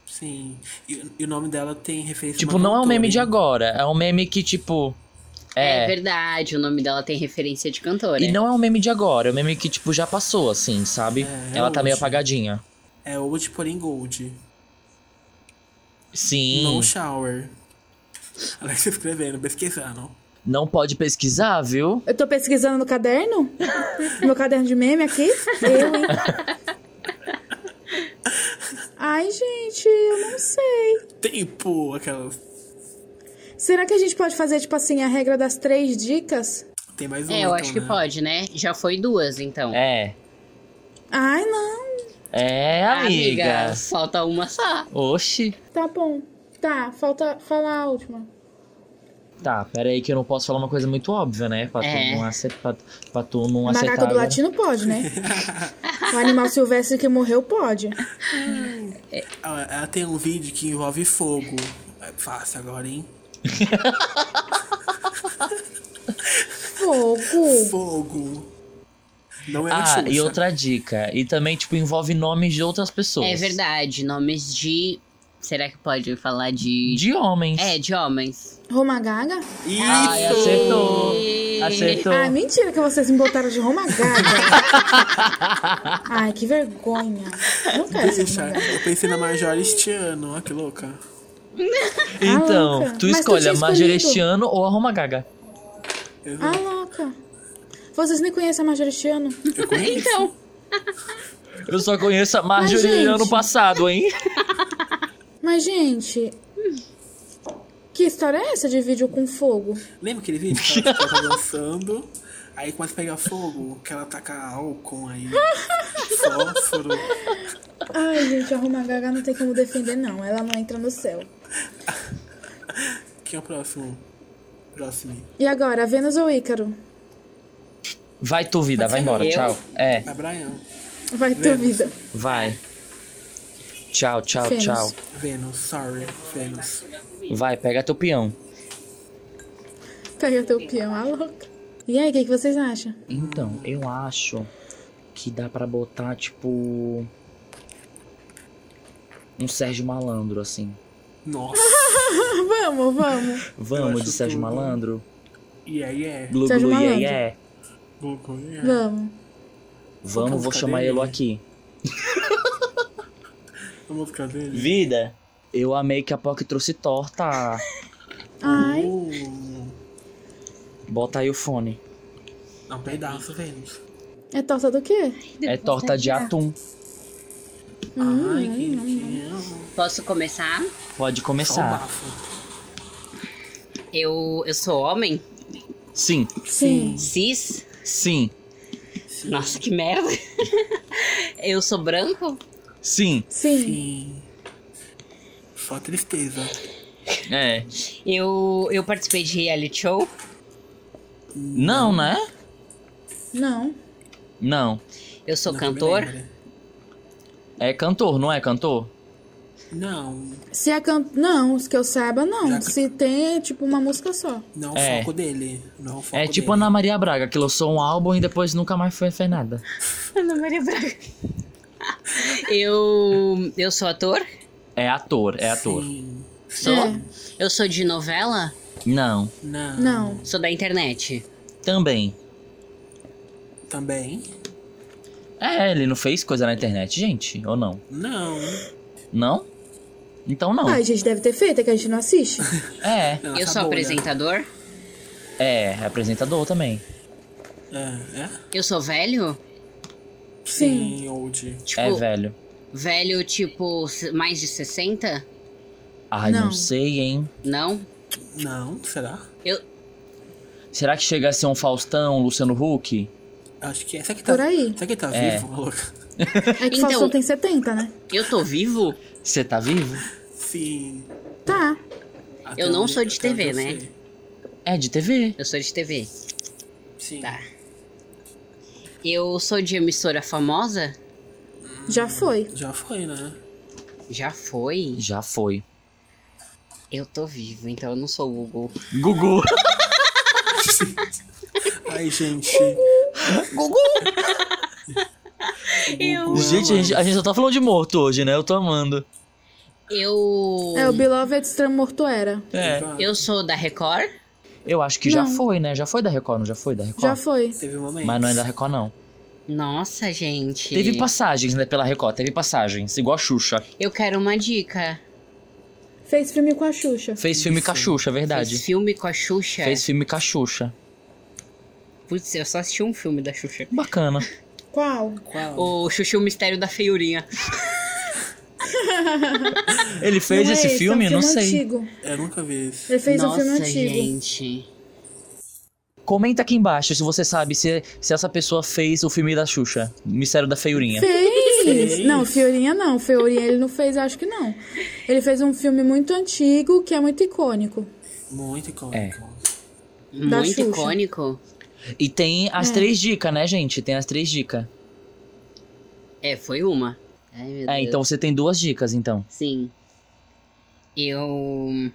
E: Sim. E, e o nome dela tem referência. a
F: tipo,
E: uma
F: não é um
E: cantora,
F: meme de
E: hein?
F: agora, é um meme que, tipo.
A: É.
F: É.
A: verdade, o nome dela tem referência de cantora.
F: e não é um meme de agora, é um meme que, tipo, já passou, assim, sabe?
E: É,
F: ela tá meio
E: hoje.
F: apagadinha.
E: É Old, porém Gold.
F: Sim.
E: No
F: Não,
E: Shower. Alexa escrevendo, pesquisando.
F: pode pesquisar, viu?
B: Eu tô pesquisando no caderno? Meu caderno de meme aqui? Eu, hein? Ai, gente, eu não sei.
E: Tempo! Aquelas.
B: Será que a gente pode fazer, tipo assim, a regra das três dicas?
E: Tem mais uma.
A: É, eu
E: então,
A: acho que
E: né?
A: pode, né? Já foi duas, então.
F: É.
B: Ai, não.
F: É, amiga.
A: Amiga, falta uma só.
F: Oxi.
B: Tá bom. Tá, falta falar a última.
F: Tá, pera aí que eu não posso falar uma coisa muito óbvia, né? Pra,
A: É.
F: tu, não ace- pra, pra tu não aceitar.
B: Macaco do
F: agora.
B: latino pode, né? O animal silvestre que morreu pode.
E: Ela, ela tem um vídeo que envolve fogo. É fácil agora, hein?
B: Fogo.
E: Fogo. Não é
F: Ah,
E: Xuxa.
F: e outra dica. E também, tipo, envolve nomes de outras pessoas.
A: É verdade, nomes de. Será que pode falar de.
F: De homens.
A: É, de homens.
B: Roma Gaga?
E: Isso!
A: Ah,
F: Ai, acertou. Acertou.
B: Ai, mentira que vocês me botaram de Roma Gaga. Ai, que vergonha. Não quero ser
E: Deixa,
B: Roma Gaga.
E: eu pensei na Major este ano, ó que louca.
F: então,
B: louca.
F: tu
B: Mas tu
F: escolhe
B: tinha
F: a
B: escolhido.
F: Majorestiano ou a Roma Gaga.
E: Eu,
B: Ah, louca. Vocês nem conhecem a Majoristiano?
E: eu conheço.
A: Então,
F: Eu só conheço a Marjorie
B: gente.
F: ano passado, hein?
B: Mas, gente... Que história é essa de vídeo com fogo?
E: Lembra aquele vídeo que ela tipo, tá dançando, aí começa a pegar fogo, que ela taca álcool aí, fósforo.
B: Ai, gente, a Roma Gaga não tem como defender, não. Ela não entra no céu.
E: Quem é o próximo? Próximo.
B: E agora, Vênus ou Ícaro?
F: Vai tu, vida, vai embora,
A: Eu?
F: tchau. É,
E: É Brian.
B: Vai ter vida.
F: vai. Tchau, tchau,
B: Fênix.
F: tchau.
E: Vênus, sorry, Vênus.
F: Vai, pega teu peão.
B: Pega teu peão, a louca. E aí, o que, que vocês acham?
F: Então, eu acho que dá pra botar, tipo. Um Sérgio Malandro, assim.
E: Nossa,
B: Vamos, vamos.
F: Vamos de
E: acho
F: Sérgio
E: tudo.
F: Malandro?
E: e aí é.
F: Glu
B: Sérgio
F: glu yeah,
B: Malandro.
F: yeah.
E: Louco, né?
B: Vamos.
F: Vamos, vou
E: Cadê
F: chamar
E: ele?
F: ele aqui.
E: A música dele.
F: Vida, eu amei que a POC trouxe torta.
B: Ai,
E: Uh,
F: Bota aí o fone.
E: é um pedaço, Vênus.
B: é torta do quê?
F: É torta de atum.
E: Ai, que. que-
A: posso começar?
F: Pode
E: Só o
F: começar.
E: bafo.
A: Eu, eu sou homem?
F: Sim,
B: Sim.
A: Cis?
F: sim,
A: Nossa, que merda. eu sou branco?
F: sim.
B: Sim.
E: Sim. Só tristeza.
F: É.
A: Eu, eu participei de reality show?
F: Não, né?
B: Não.
F: Não.
A: Eu sou
E: Não que eu me
A: cantor?
E: lembre.
F: É cantor, não é cantor?
E: Não,
B: Se é can... Não, que eu saiba, não.
E: Já que-
B: Se tem, é tipo, uma música só.
E: não é
F: É.
E: o foco dele. Não é o foco
F: É tipo
E: dele.
F: Ana Maria Braga, que lançou um álbum e depois nunca mais foi- fez nada.
A: Ana Maria Braga.
E: né?
A: eu, eu sou ator?
F: É ator, é ator.
E: Sim.
A: Sou?
B: É.
A: Eu sou de novela?
F: Não.
E: Não.
B: Não.
A: Sou da internet.
F: Também.
E: Também?
F: É, ele não fez coisa na internet, gente, ou não?
E: Não.
F: Não? Então não.
B: Ai, gente, deve ter feito, é que a gente não assiste.
F: É,
E: Não,
A: eu
E: essa
A: sou
E: bolha.
A: apresentador?
F: é, é apresentador também.
E: É, é?
A: Eu sou velho?
B: Sim.
E: Sim, old.
A: Tipo,
F: É velho.
A: velho, tipo, se- mais de 60?
F: Ai, não.
B: Não.
F: sei, hein?
A: Não?
E: Não, será?
A: Eu,
F: Será que chega a ser um Faustão, Luciano Huck?
E: Acho que é. Será que tá,
B: Por aí.
E: Será que ele tá
F: É.
E: vivo, maluco?
B: É que
A: Então-
B: Faustão tem 70, né?
A: eu tô vivo?
F: Você tá vivo?
E: Sim.
B: Tá.
E: Até
A: Eu não
E: onde-
A: sou de
E: até onde
A: TV,
E: eu
A: né?
E: sei.
F: É, de TV.
A: Eu sou de TV.
E: Sim.
A: Tá. Eu sou de emissora famosa?
B: Já foi.
E: Já foi, né?
A: Já foi.
F: Já foi.
A: Eu tô vivo, então eu não sou o Google.
F: Gugu.
E: Ai, gente.
A: Eu.
F: gente, a gente, a gente só tá falando de morto hoje, né? Eu tô amando.
A: Eu.
B: É o Beloved Stram Mortuera.
F: É.
A: Eu sou da Record?
F: Eu acho que já
B: Não.
F: foi, né? Já foi da Record, não já foi da Record?
B: Já foi.
E: Teve um momento.
F: Mas não é da Record, não.
A: Nossa, gente.
F: Teve passagens, né, pela Record. Teve passagens, igual a Xuxa.
A: Eu quero uma dica.
B: Fez filme com a Xuxa.
F: Fez filme com a Xuxa, é
A: Fez
F: verdade.
A: filme com a Xuxa?
F: Fez filme com a Xuxa.
A: Putz, eu só assisti um filme da Xuxa.
F: Bacana.
B: Qual?
E: Qual?
A: O Xuxa e o Mistério da Feiurinha.
F: Ele fez
B: Não é
F: esse
B: é um
F: filme? Eu não sei.
B: Antigo.
E: Eu nunca vi isso.
B: Ele fez
A: Nossa,
B: um filme antigo.
A: gente.
F: Comenta aqui embaixo se você sabe se, se essa pessoa fez o filme da Xuxa. Mistério da Feiurinha.
B: Fez!
E: Fez.
B: Não, Fiorinha não. Fiorinha ele não fez, acho que não. Ele fez um filme muito antigo que é muito icônico.
E: Muito
F: É.
E: icônico.
B: Da
A: Muito
B: Xuxa.
A: icônico.
F: E tem as três dicas, né, gente? Tem as três dicas.
A: É, foi uma. Ai, meu
F: É,
A: Deus.
F: então você tem duas dicas, então.
A: Sim. Eu.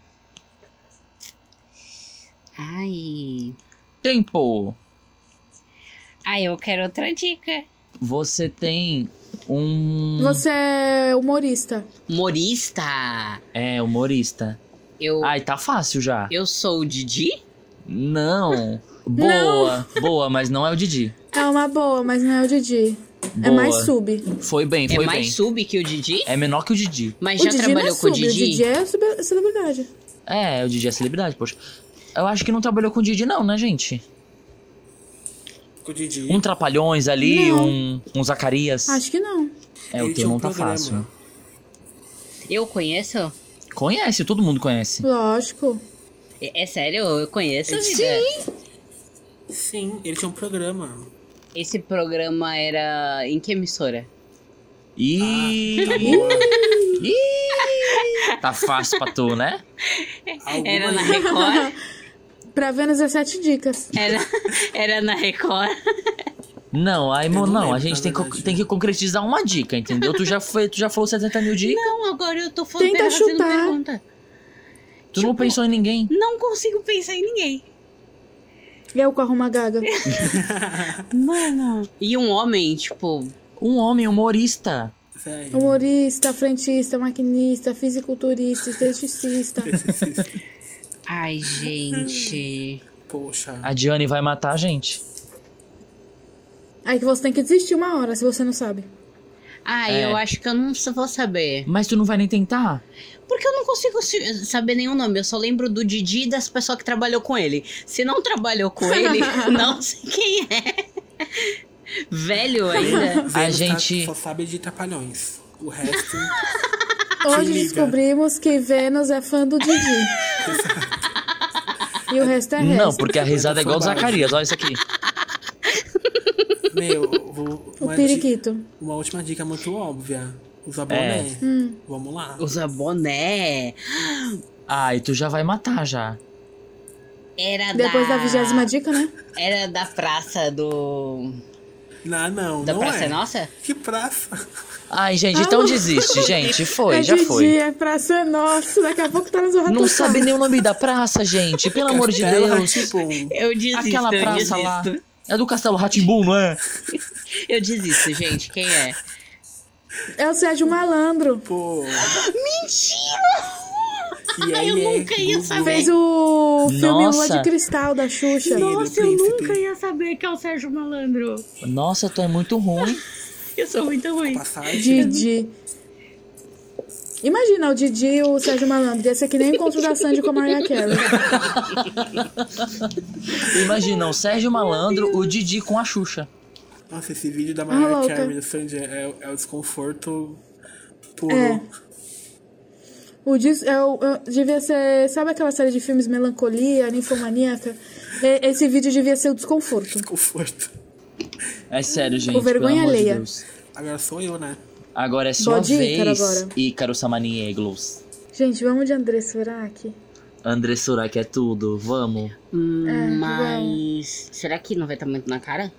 A: Ai.
F: Tempo!
A: Ai, Ah, eu quero outra dica.
F: Você tem um.
B: Você é humorista.
A: Humorista.
F: É, humorista.
A: Eu.
F: Ai, tá fácil já.
A: Eu sou o Didi?
F: Não. Boa, boa, mas não é o Didi.
B: É uma boa, mas não é o Didi. É
F: Boa.
B: mais sub.
F: Foi bem,
A: É
F: foi
A: mais
F: bem.
A: sub que o Didi?
F: É menor que o Didi.
A: Mas
B: o
A: já
B: Didi não é
A: trabalhou com
B: sub,
A: o Didi?
B: o Didi é sub- celebridade.
F: É, o Didi é celebridade, poxa. Eu acho que não trabalhou com o Didi, não, né, gente?
E: Com o Didi.
F: Um Trapalhões ali,
B: Não.
F: um, um Zacarias.
B: Acho que não.
F: É, o teu
E: Ele tinha um
F: não tá
E: programa.
F: fácil.
A: Eu conheço?
F: Conhece, todo mundo conhece.
B: Lógico.
A: É, é sério, eu conheço.
E: Sim.
A: vida.
E: Sim, ele tinha um programa.
A: Esse programa era em que emissora?
F: Ih,
E: Tá boa.
B: Ah.
F: tá fácil pra tu, né?
E: Alguma
A: Era na
E: aí.
A: Record?
B: Pra ver nas 17 dicas.
A: Era, era na Record?
F: Não, aí, mo-
E: não
F: não,
E: lembro,
F: a gente
E: na
F: tem, co-
E: verdade.
F: tem que concretizar uma dica, entendeu? Tu já, foi, tu já falou 70 mil dicas,
A: Não, agora eu tô fazendo,
B: Tenta
A: fazendo
B: chutar.
A: pergunta.
F: tu não
A: tipo-
F: pensou em ninguém.
A: Não consigo pensar em ninguém.
B: Eu com a Roma Gaga.
A: Mano. E um homem, tipo,
F: Um homem humorista.
E: Velho.
B: Humorista, frentista, maquinista, fisiculturista, esteticista.
A: ai, gente.
E: Poxa.
F: A Diane vai matar a gente.
B: Aí que você tem que desistir uma hora, se você não sabe.
A: Ai,
F: É.
A: Ah, eu acho que eu não vou saber.
F: Mas tu não vai nem tentar?
A: Porque eu não consigo se- saber nenhum nome. Eu só lembro do Didi e das pessoas que trabalhou com ele. Se não trabalhou com ele, não sei quem é. Velho ainda.
E: Vênus tá-
F: gente-
E: Só sabe de Trapalhões. O resto...
B: Hoje
E: liga.
B: descobrimos que Vênus é fã do Didi. e o resto é resto.
F: Não, porque a risada é igual do
E: Foi baixo.
F: Zacarias, olha isso aqui.
E: Meu, vou...
B: O
E: uma
B: periquito.
E: di- Uma última dica muito óbvia. Usa boné. Vamos lá.
A: Usa boné.
F: Ai, tu já vai matar já.
A: Era
B: Depois da
A: da
B: vigésima dica, né?
A: Era da praça do.
E: Não, não,
A: Da
E: não
A: Praça
E: é.
A: é Nossa?
E: Que praça?
F: Ai, gente, então
B: Ah.
F: desiste, gente. Foi,
B: é
F: já
B: de
F: foi.
B: dia, é praça nossa. Daqui a pouco tá nas horas
F: Não sabe nem o nome da praça, gente. Pelo amor de
E: Castelo
F: Deus.
E: Rá-Tim-Bum.
A: Eu desisto,
F: Aquela
A: eu
F: praça lá.
A: desisto.
F: É do Castelo Ratimbu, não é?
A: Eu desisto, gente. Quem é?
B: É o Sérgio Malandro.
E: Pô. Mentira! E
A: Ai,
E: aí,
A: eu
E: é
A: nunca ia
E: Gugu.
A: saber.
B: Fez o filme Lua
F: Nossa.
B: de Cristal da Xuxa.
E: Sim.
I: Nossa, eu
E: príncipe.
I: nunca ia saber que é o Sérgio Malandro.
F: Nossa, tu é muito ruim.
I: Eu sou muito ruim.
E: Passagem.
B: Didi. Imagina o Didi e o Sérgio Malandro. Ia ser que nem o encontro da Sandy com a Mariah Carey.
F: Imagina, o Sérgio Malandro, o Didi com a Xuxa.
E: Nossa, esse vídeo da
B: Ah,
E: Mariah
B: louca.
E: Carey do Sandy é, é o desconforto puro.
B: É. O dis é o, é- devia ser. Sabe aquela série de filmes Melancolia, Ninfomaníaca? E- Esse vídeo devia ser o desconforto.
E: Desconforto.
F: É sério, gente.
B: vergonha
F: pelo amor
B: alheia.
F: de Deus.
E: Agora sou eu, né?
F: Agora é sua
B: Bode Ícaro
F: vez,
B: agora.
F: Ícaro Samanieglos.
B: Gente, vamos de André Surak.
F: André Surak é tudo, vamos.
A: Hum,
B: É,
A: mas. Será que não vai estar muito na cara?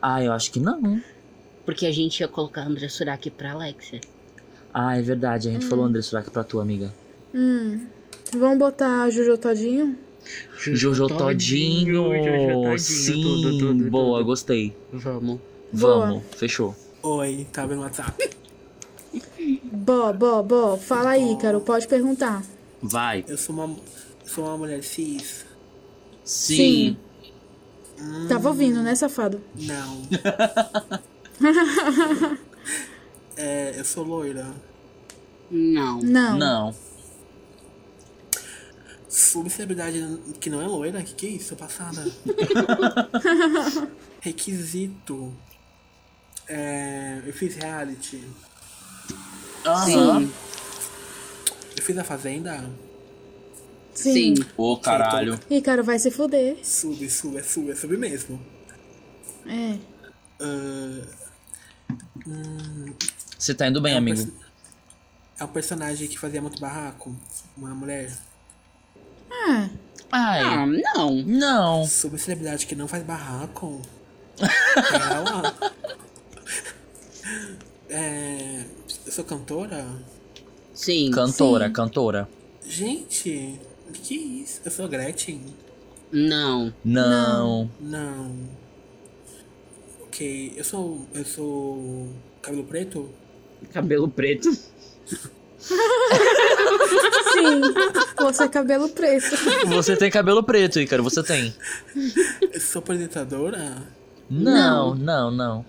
F: Ah, eu acho que não.
A: Porque a gente ia colocar a André Suraki pra Alexia.
F: Ah, é verdade, a gente falou André Surak pra tua amiga.
B: Hum. Vamos botar Jojo Todinho?
F: Jojo Todinho, sim, boa, gostei.
A: Vamos.
B: Boa.
F: Vamos, fechou.
E: Oi, tá vendo o WhatsApp?
B: Bó, bó, bó. Fala aí, Ícaro. Pode perguntar.
F: Vai.
E: Eu sou uma, sou uma mulher cis?
F: Sim.
B: Tava ouvindo, né, safado?
E: Não. é, eu sou loira.
A: Não.
B: Não.
F: Não.
E: Subcelebridade que não é loira? Que que é isso? Passada. Requisito. É, eu fiz reality.
F: Aham.
A: Sim.
E: Eu fiz a Fazenda?
A: Sim.
B: Sim.
F: Ô, caralho.
B: Ícaro vai se fuder.
E: Sub, sub, é sub, é sub mesmo.
B: É.
E: Ahn,
F: Você tá indo bem, amigo.
E: é um personagem que fazia muito barraco? Uma mulher?
B: Ah,
A: Ah,
F: Ai,
A: não.
F: não.
E: Sobre celebridade que não faz barraco. É ela. É, eu sou cantora?
A: Sim.
F: Cantora,
B: Sim.
F: cantora.
E: Gente, o que é isso? Eu sou Gretchen?
A: Não.
F: Não.
E: Não. Ok, eu sou. Eu sou. Cabelo preto?
A: Cabelo preto.
B: sim. Você é cabelo preto.
F: Você tem cabelo preto, Ícaro, você tem.
E: Eu sou apresentadora?
F: Não, não, não.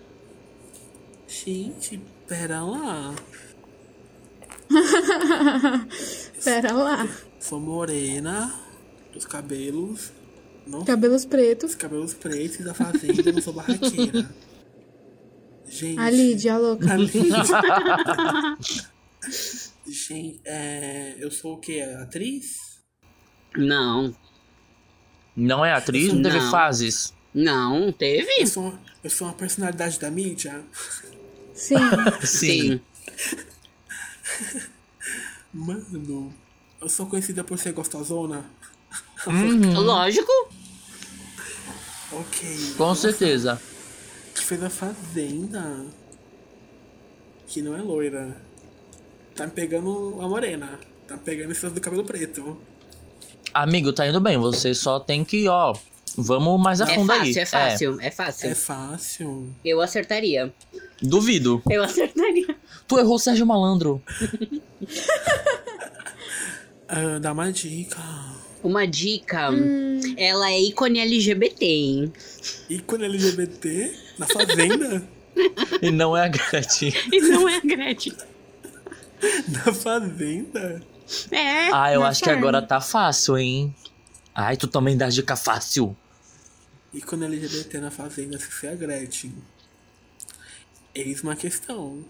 E: Gente, pera lá.
B: Pera lá.
E: Sou morena, dos cabelos. Não
B: Cabelos pretos.
E: Os cabelos pretos da fazenda, eu não sou barraqueira. Gente.
B: A Lídia, a louca.
E: A Lídia. Gente, é, eu sou o quê? Atriz?
A: Não.
F: Não é atriz? Não teve
A: Não.
F: fases?
A: Não, teve?
E: Eu sou, uma, eu sou uma personalidade da mídia?
B: Sim.
A: Sim.
E: Mano, eu sou conhecida por ser gostosona?
A: Hum. Lógico.
E: Ok.
F: Com certeza.
E: Que fez a fazenda? Que não é loira. Tá me pegando a morena. Tá me pegando esse do cabelo preto.
F: Amigo, tá indo bem. Você só tem que, ó. Vamos mais a
A: É
F: fundo aí.
A: fácil, é fácil, é fácil.
E: É fácil.
A: Eu acertaria.
F: É, Duvido.
A: Eu acertaria.
F: Tu errou o Sérgio Malandro.
E: Ah, dá uma dica.
A: Uma dica. Ela é ícone LGBT, hein?
E: Ícone LGBT na fazenda?
F: E não é a Gretchen.
I: E não é a Gretchen.
E: na fazenda?
I: É.
F: Ah, eu
I: na
F: acho que
I: Farm.
F: agora tá fácil, hein? Ai, tu também dá dica fácil.
E: Ícone LGBT na fazenda se foi a Gretchen. Eis uma questão.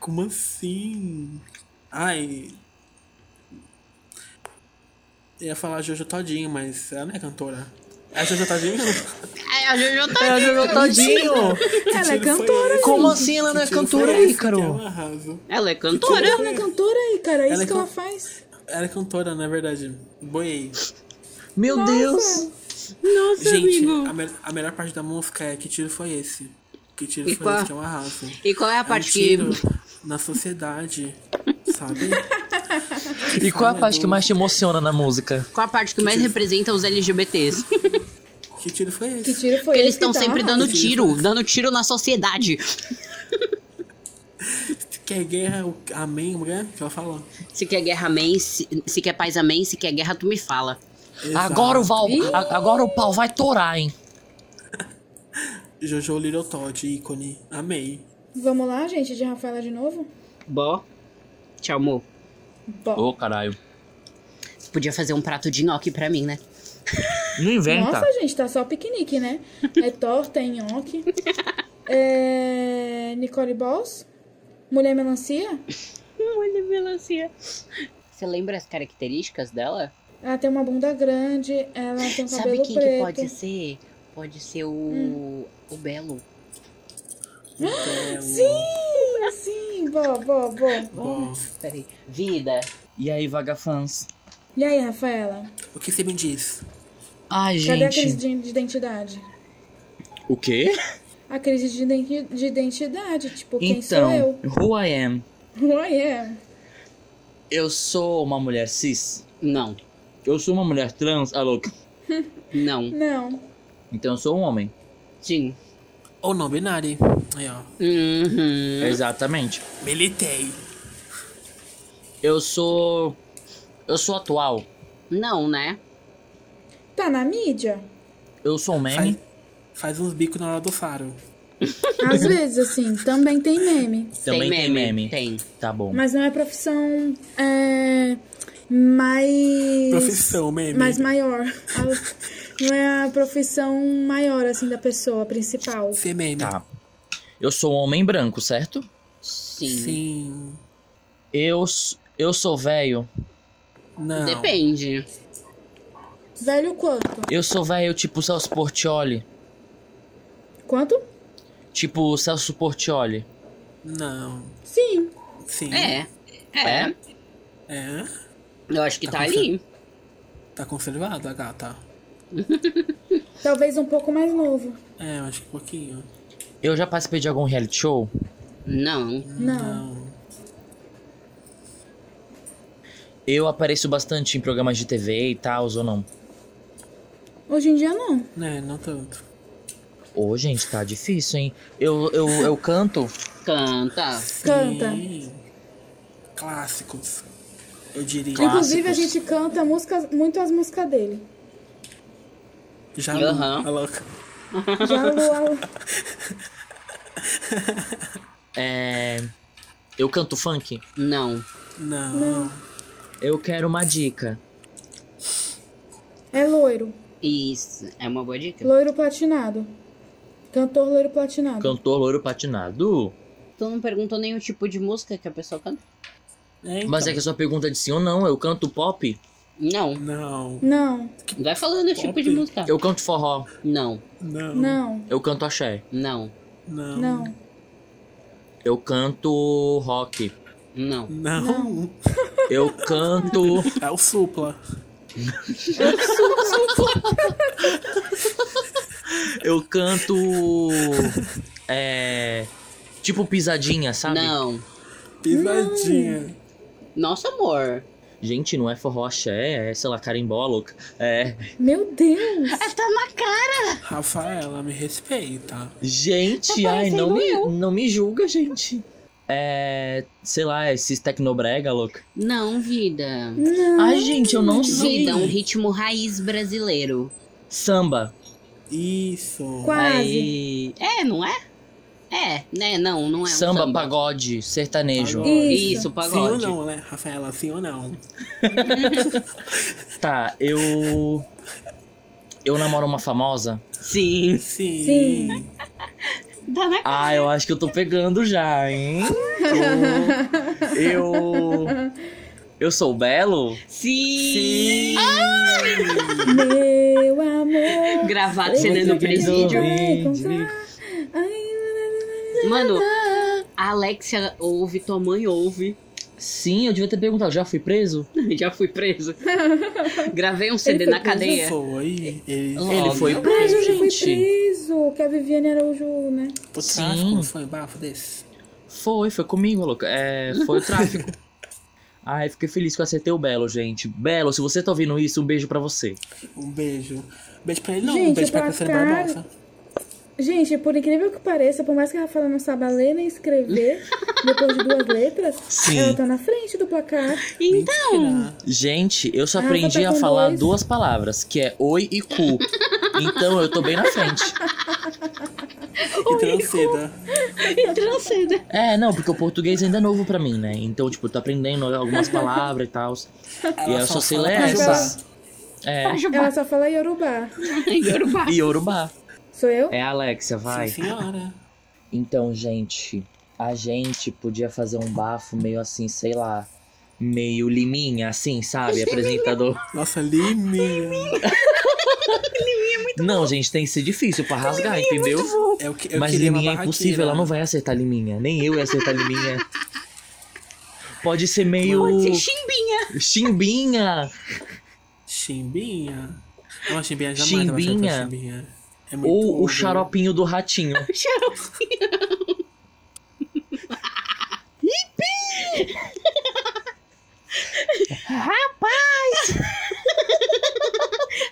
E: Como assim? Ai. Eu ia falar Jojo Todinho, mas ela não é cantora. É Jojo Todinho?
A: É, a Jojo tá
F: É a Jojo Todinho.
B: Ela é
E: Tiro foi
B: cantora,
E: esse?
F: Como assim ela não é
E: Que tiro foi
F: cantora,
E: esse que
F: Ícaro?
E: eu arraso?
A: Ela é cantora.
B: Ela é cantora aí, cara. É isso
E: Ela é
B: que
E: can-
B: ela faz.
E: Ela é cantora, na verdade. Boiei.
F: Meu Deus.
I: Nossa,
E: Gente,
I: amigo.
E: a, me- a melhor parte da música é que tiro foi esse? Que tiro
A: E
E: foi
A: qual-
E: esse que é um arraso?
A: E qual é a
E: um
A: parte que-
E: tiro Na sociedade, sabe?
F: E qual é a parte que mais te emociona na música?
A: Qual a parte que mais representa os LGBTs?
E: Que tiro foi esse?
B: Que tiro foi
A: Porque eles
B: esse que
A: estão
B: dá
A: sempre
B: um
A: dando
B: arraso?
A: tiro, dando tiro na sociedade.
E: Quer é guerra, o- amém, mulher? Que ela falou.
A: Se quer guerra, amém. Se, se quer paz, amém. Se quer guerra, tu me fala.
E: Exato.
F: Agora o, Val, a- agora o pau vai torar, hein?
E: Jojo Little Todd, ícone. Amei.
B: Vamos lá, gente, de Rafaela de novo?
A: Bó. Tchau, amor.
B: Bom.
F: Ô, caralho.
A: Podia fazer um prato de nhoque pra mim, né?
F: Não inventa.
B: Nossa, gente, tá só piquenique, né? É torta, é nhoque. É... Nicole Balls? Mulher melancia?
I: Olha a melancia.
A: Você lembra as características dela?
B: Ela tem uma bunda grande, ela tem um
A: Sabe
B: cabelo
A: quem
B: preto.
A: que pode ser? Pode ser o. O Belo.
E: Então,
B: Sim, assim, vó, vó, vó.
E: bom.
A: Peraí. Vida.
F: E aí, vagafãs?
B: E aí, Rafaela?
E: O que você me diz?
F: Ai,
B: Cadê a
F: gente.
B: crise de, de identidade?
F: O quê?
B: A crise de, identi- de identidade, tipo, quem sou
F: Então,
B: eu?
F: who I am?
B: Oh, yeah.
F: Eu sou uma mulher cis?
A: Não.
F: Eu sou uma mulher trans? Ah, louca.
A: Não.
B: Não.
F: Então eu sou um homem.
A: Sim.
E: Ou não, binário. Aí, ó.
A: Uhum.
F: Exatamente.
E: Militei.
F: Eu sou. Eu sou atual.
A: Não, né?
B: Tá na mídia?
F: Eu sou um meme.
E: Faz, faz uns bicos na hora do faro.
B: Às vezes, assim, também tem meme.
F: Também tem meme.
A: Tem.
F: Tá bom.
B: Mas não é profissão é, mais.
E: Profissão, meme.
B: Mais maior. A- Não é a profissão maior, assim, da pessoa principal.
E: Ser meme.
F: Tá. Eu sou um homem branco, certo?
A: Sim.
E: Sim.
F: Eu, s- eu sou velho.
E: Não.
A: Depende.
B: Velho quanto?
F: Eu sou velho tipo Celso Portioli.
B: Quanto?
F: Tipo Celso Portioli.
E: Não.
B: Sim.
E: Sim.
A: É. É.
E: É.
A: Eu acho que tá,
E: Tá com
A: ali.
E: Tá conservado a gata.
B: Talvez um pouco mais novo.
E: É, eu acho que um pouquinho.
F: Eu já participei de algum reality show?
A: Não.
B: Não.
E: Não.
F: Eu apareço bastante em programas de TV e tal, ou não?
B: Hoje em dia, não.
E: Né, não tanto.
F: Ô, gente, tá difícil, hein? Eu, eu, eu canto?
A: Canta.
B: Canta.
E: Sim. Clássicos. Eu diria.
B: Inclusive, a gente canta músicas, muito as músicas dele.
E: Já
A: Aham.
E: a louca.
B: Já a Lua.
F: É. Eu canto funk?
A: Não.
E: Não.
F: Eu quero uma dica.
B: É loiro.
A: Isso. É uma boa dica.
B: Loiro platinado. Cantor loiro platinado.
F: Cantor loiro patinado.
A: Tu não perguntou nenhum tipo de música que a pessoa canta?
E: É,
F: Mas é
E: então.
F: que a sua pergunta é de sim ou não. Eu canto pop?
A: Não.
E: Não.
B: Não,
A: Vai falando o tipo de música.
F: Eu canto forró.
A: Não.
E: Não.
B: não,
F: Eu canto axé.
A: Não.
E: Não.
B: não.
F: Eu canto rock.
A: Não.
E: Não.
F: Eu canto.
E: É o supla.
F: Eu canto. É. Tipo pisadinha, sabe?
A: Não.
E: Pisadinha.
A: Nossa, amor.
F: Gente, não é forró axé, é, sei lá, carimbó, louca. É.
B: Meu Deus!
E: Rafaela, me respeita.
F: Gente,
A: Tá
F: ai, não me, não me julga, gente. É. Sei lá, esses tecnobrega, louca.
A: Não, vida.
F: Ai, gente, eu não sei.
A: Vida, um ritmo raiz brasileiro.
F: Samba.
E: Isso.
B: Quase.
A: Aí- É, não é? É, né? Não, não é um
F: samba,
A: samba.
F: pagode, sertanejo.
E: Pagode.
B: Isso.
A: Isso,
E: Sim ou
A: pagode.
E: não, né, Rafaela? Sim ou não?
F: Tá, eu. Eu namoro uma famosa.
A: Sim.
E: Sim.
B: Sim.
I: Tá
A: né?
I: na
F: Ah, eu acho que eu tô pegando já, hein? Eu. Eu, eu sou belo? Ah,
A: Sim.
B: Meu amor.
A: Gravado CD no presídio.
E: né?
B: Vai encontrar. Ai,
A: Mano, a Alexia ouve, tua mãe ouve.
F: Sim, eu devia ter perguntado, já fui preso?
A: Já fui preso. Gravei um CD na cadeia.
E: Foi. Ele,
F: Logo.
E: ele foi
F: Mas
E: preso,
B: Mas eu já fui
E: gente.
B: preso, que a Viviane era o Ju, né?
E: O
F: Sim.
E: tráfico foi um bafo desse.
F: Foi, foi comigo, louca. É, foi o tráfico. Ai, fiquei feliz que eu acertei o Belo, gente. Belo, se você tá ouvindo isso, um beijo pra você.
E: Um beijo. Beijo pra ele, não.
B: Gente,
E: um beijo
B: o
E: pra Cassiane
B: placar-
E: Barbosa.
B: Gente, por incrível que pareça, por mais que a Rafaela não saiba ler nem escrever, depois de duas letras,
F: Sim.
B: ela tá na frente do placar.
E: Então.
F: Gente, eu só
B: Ah,
F: aprendi
B: tá
F: a
B: com
F: falar
B: dois.
F: duas palavras, que é oi e cu. Então eu tô bem na frente.
E: E transceda.
I: E transcenda.
F: É, não, porque o português ainda é novo pra mim, né? Então, tipo, eu tô aprendendo algumas palavras e tal. E eu só sei ler essas. É.
B: Ela só fala Yorubá.
A: Yorubá.
F: E Yorubá.
B: Sou eu?
F: É, Alexia, vai.
E: Sim, senhora.
F: Então, gente, a gente podia fazer um bafo meio assim, sei lá, meio liminha, assim, sabe?
E: é
F: Apresentador.
E: Nossa, Liminha.
F: Não, gente, tem que ser difícil pra rasgar, entendeu?
E: É o que, eu
F: Mas
E: queria uma
F: liminha é impossível, ela não
E: barraqueira.
F: vai acertar liminha. Nem eu ia acertar liminha. Pode ser meio.
A: Pode ser chimbinha.
F: Chimbinha!
E: Chimbinha. Não, Chimbinha jamais vai
F: Chimbinha.
E: acertar Chimbinha. É muito
F: Ou o
E: ogro.
F: xaropinho do ratinho.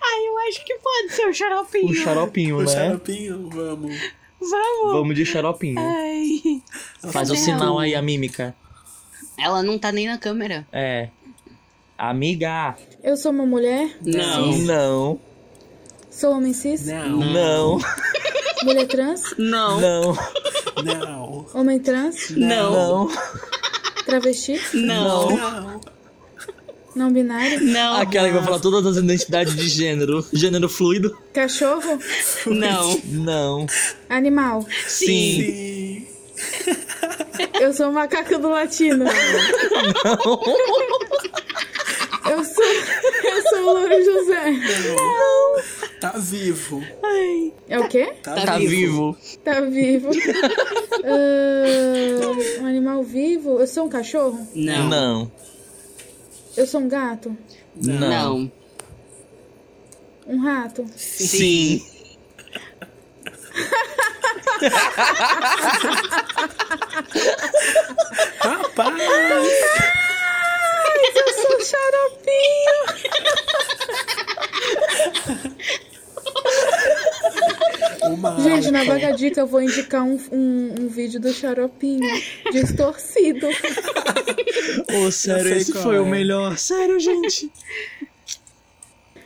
I: Ai, eu acho que pode ser o xaropinho.
F: O xaropinho,
E: O
F: né?
E: xaropinho, vamos.
I: Vamos.
F: Vamos de xaropinho.
I: Ai.
F: Faz o
I: Não.
F: sinal aí, a mímica.
A: Ela não tá nem na câmera.
F: É. Amiga!
B: Eu sou uma mulher,
A: Não.
F: Não.
B: sou homem cis,
E: Não,
F: Não.
B: mulher trans,
A: Não.
F: Não.
E: não,
B: homem trans,
A: Não.
F: Não.
B: travesti,
A: Não.
E: não.
B: não binário,
A: Não.
F: Aquela que vai falar todas as identidades de gênero. Gênero fluido?
B: cachorro,
A: Não.
F: Não.
B: animal.
F: Sim.
E: Sim.
B: Eu sou o macaco do latino. Eu sou, eu sou o Louro José.
E: Tá vivo.
B: É o quê?
E: Tá,
F: Tá vivo.
B: Tá vivo. Ah, um animal vivo. Eu sou um cachorro?
A: Não.
F: Não.
B: Eu sou um gato?
F: Não.
A: Não.
B: Um rato?
F: Sim.
E: Rapaz!
B: Eu sou um xaropinho.
E: Uma
B: Gente, na
E: alta.
B: vaga dica eu vou indicar um, um, um vídeo do xaropinho distorcido.
F: Ô,
E: Eu
F: sério,
E: sei
F: esse
E: qual
F: foi
E: é.
F: o melhor. Sério, gente.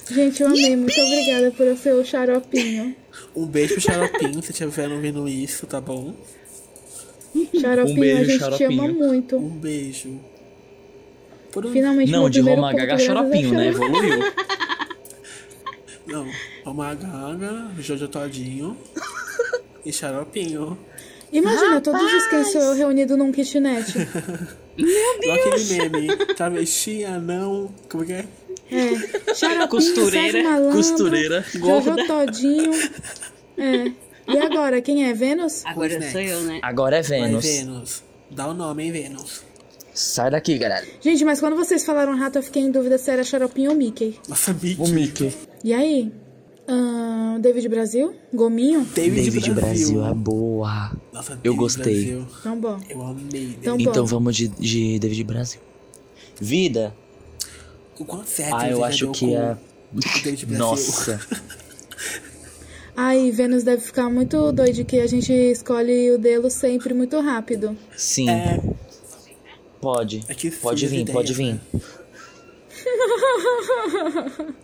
B: Gente, eu amei. Muito obrigada por eu ser o xaropinho.
E: Um beijo pro xaropinho, se estiver ouvindo isso, tá bom?
B: Xaropinho,
F: beijo,
B: a gente te
F: xaropinho.
B: ama muito.
E: Um beijo. Por um...
B: Finalmente,
F: Não,
B: meu
F: de
B: primeiro
F: Roma
B: ponto, é
F: Gaga
B: graças a
F: xaropinho, né?
B: Deus.
F: Evoluiu.
E: Não, uma gaga, Jojo Todinho e xaropinho.
B: Imagina, todos os quem sou eu reunido num kitnet.
E: Igual aquele meme, travesti, anão, como que é?
B: É. Xaropinho,
A: Costureira,
B: Sérgio Malandro,
F: costureira,
B: Jojo Todinho. É. E agora, quem é? Vênus?
A: Agora
E: Pois
A: sou
E: né.
A: eu, né?
F: Agora é
E: Vai,
F: Vênus.
E: Vênus. Dá o nome, hein, Vênus.
F: Sai daqui, galera.
B: Gente, mas quando vocês falaram rato, eu fiquei em dúvida se era xaropinho ou Mickey.
E: Nossa, Mickey.
F: O Mickey.
B: E aí? Ahn, David Brasil? Gominho?
E: David,
F: David Brasil, é boa.
E: Nossa,
F: Eu
E: David
F: gostei.
E: Brasil.
B: Então, bom.
E: Eu amei.
B: Então, bom.
F: Então vamos de, de David Brasil. Vida?
E: O quanto certo
F: Ah,
E: você
F: eu
E: já
F: acho
E: deu
F: que
E: com
F: é.
E: o David Brasil.
F: Nossa.
B: Aí, Vênus deve ficar muito doido que a gente escolhe o delo sempre muito rápido.
F: Sim.
E: É.
F: Pode.
E: É que
F: pode
E: fiz
F: vir,
E: ideia,
F: pode vir.
E: né?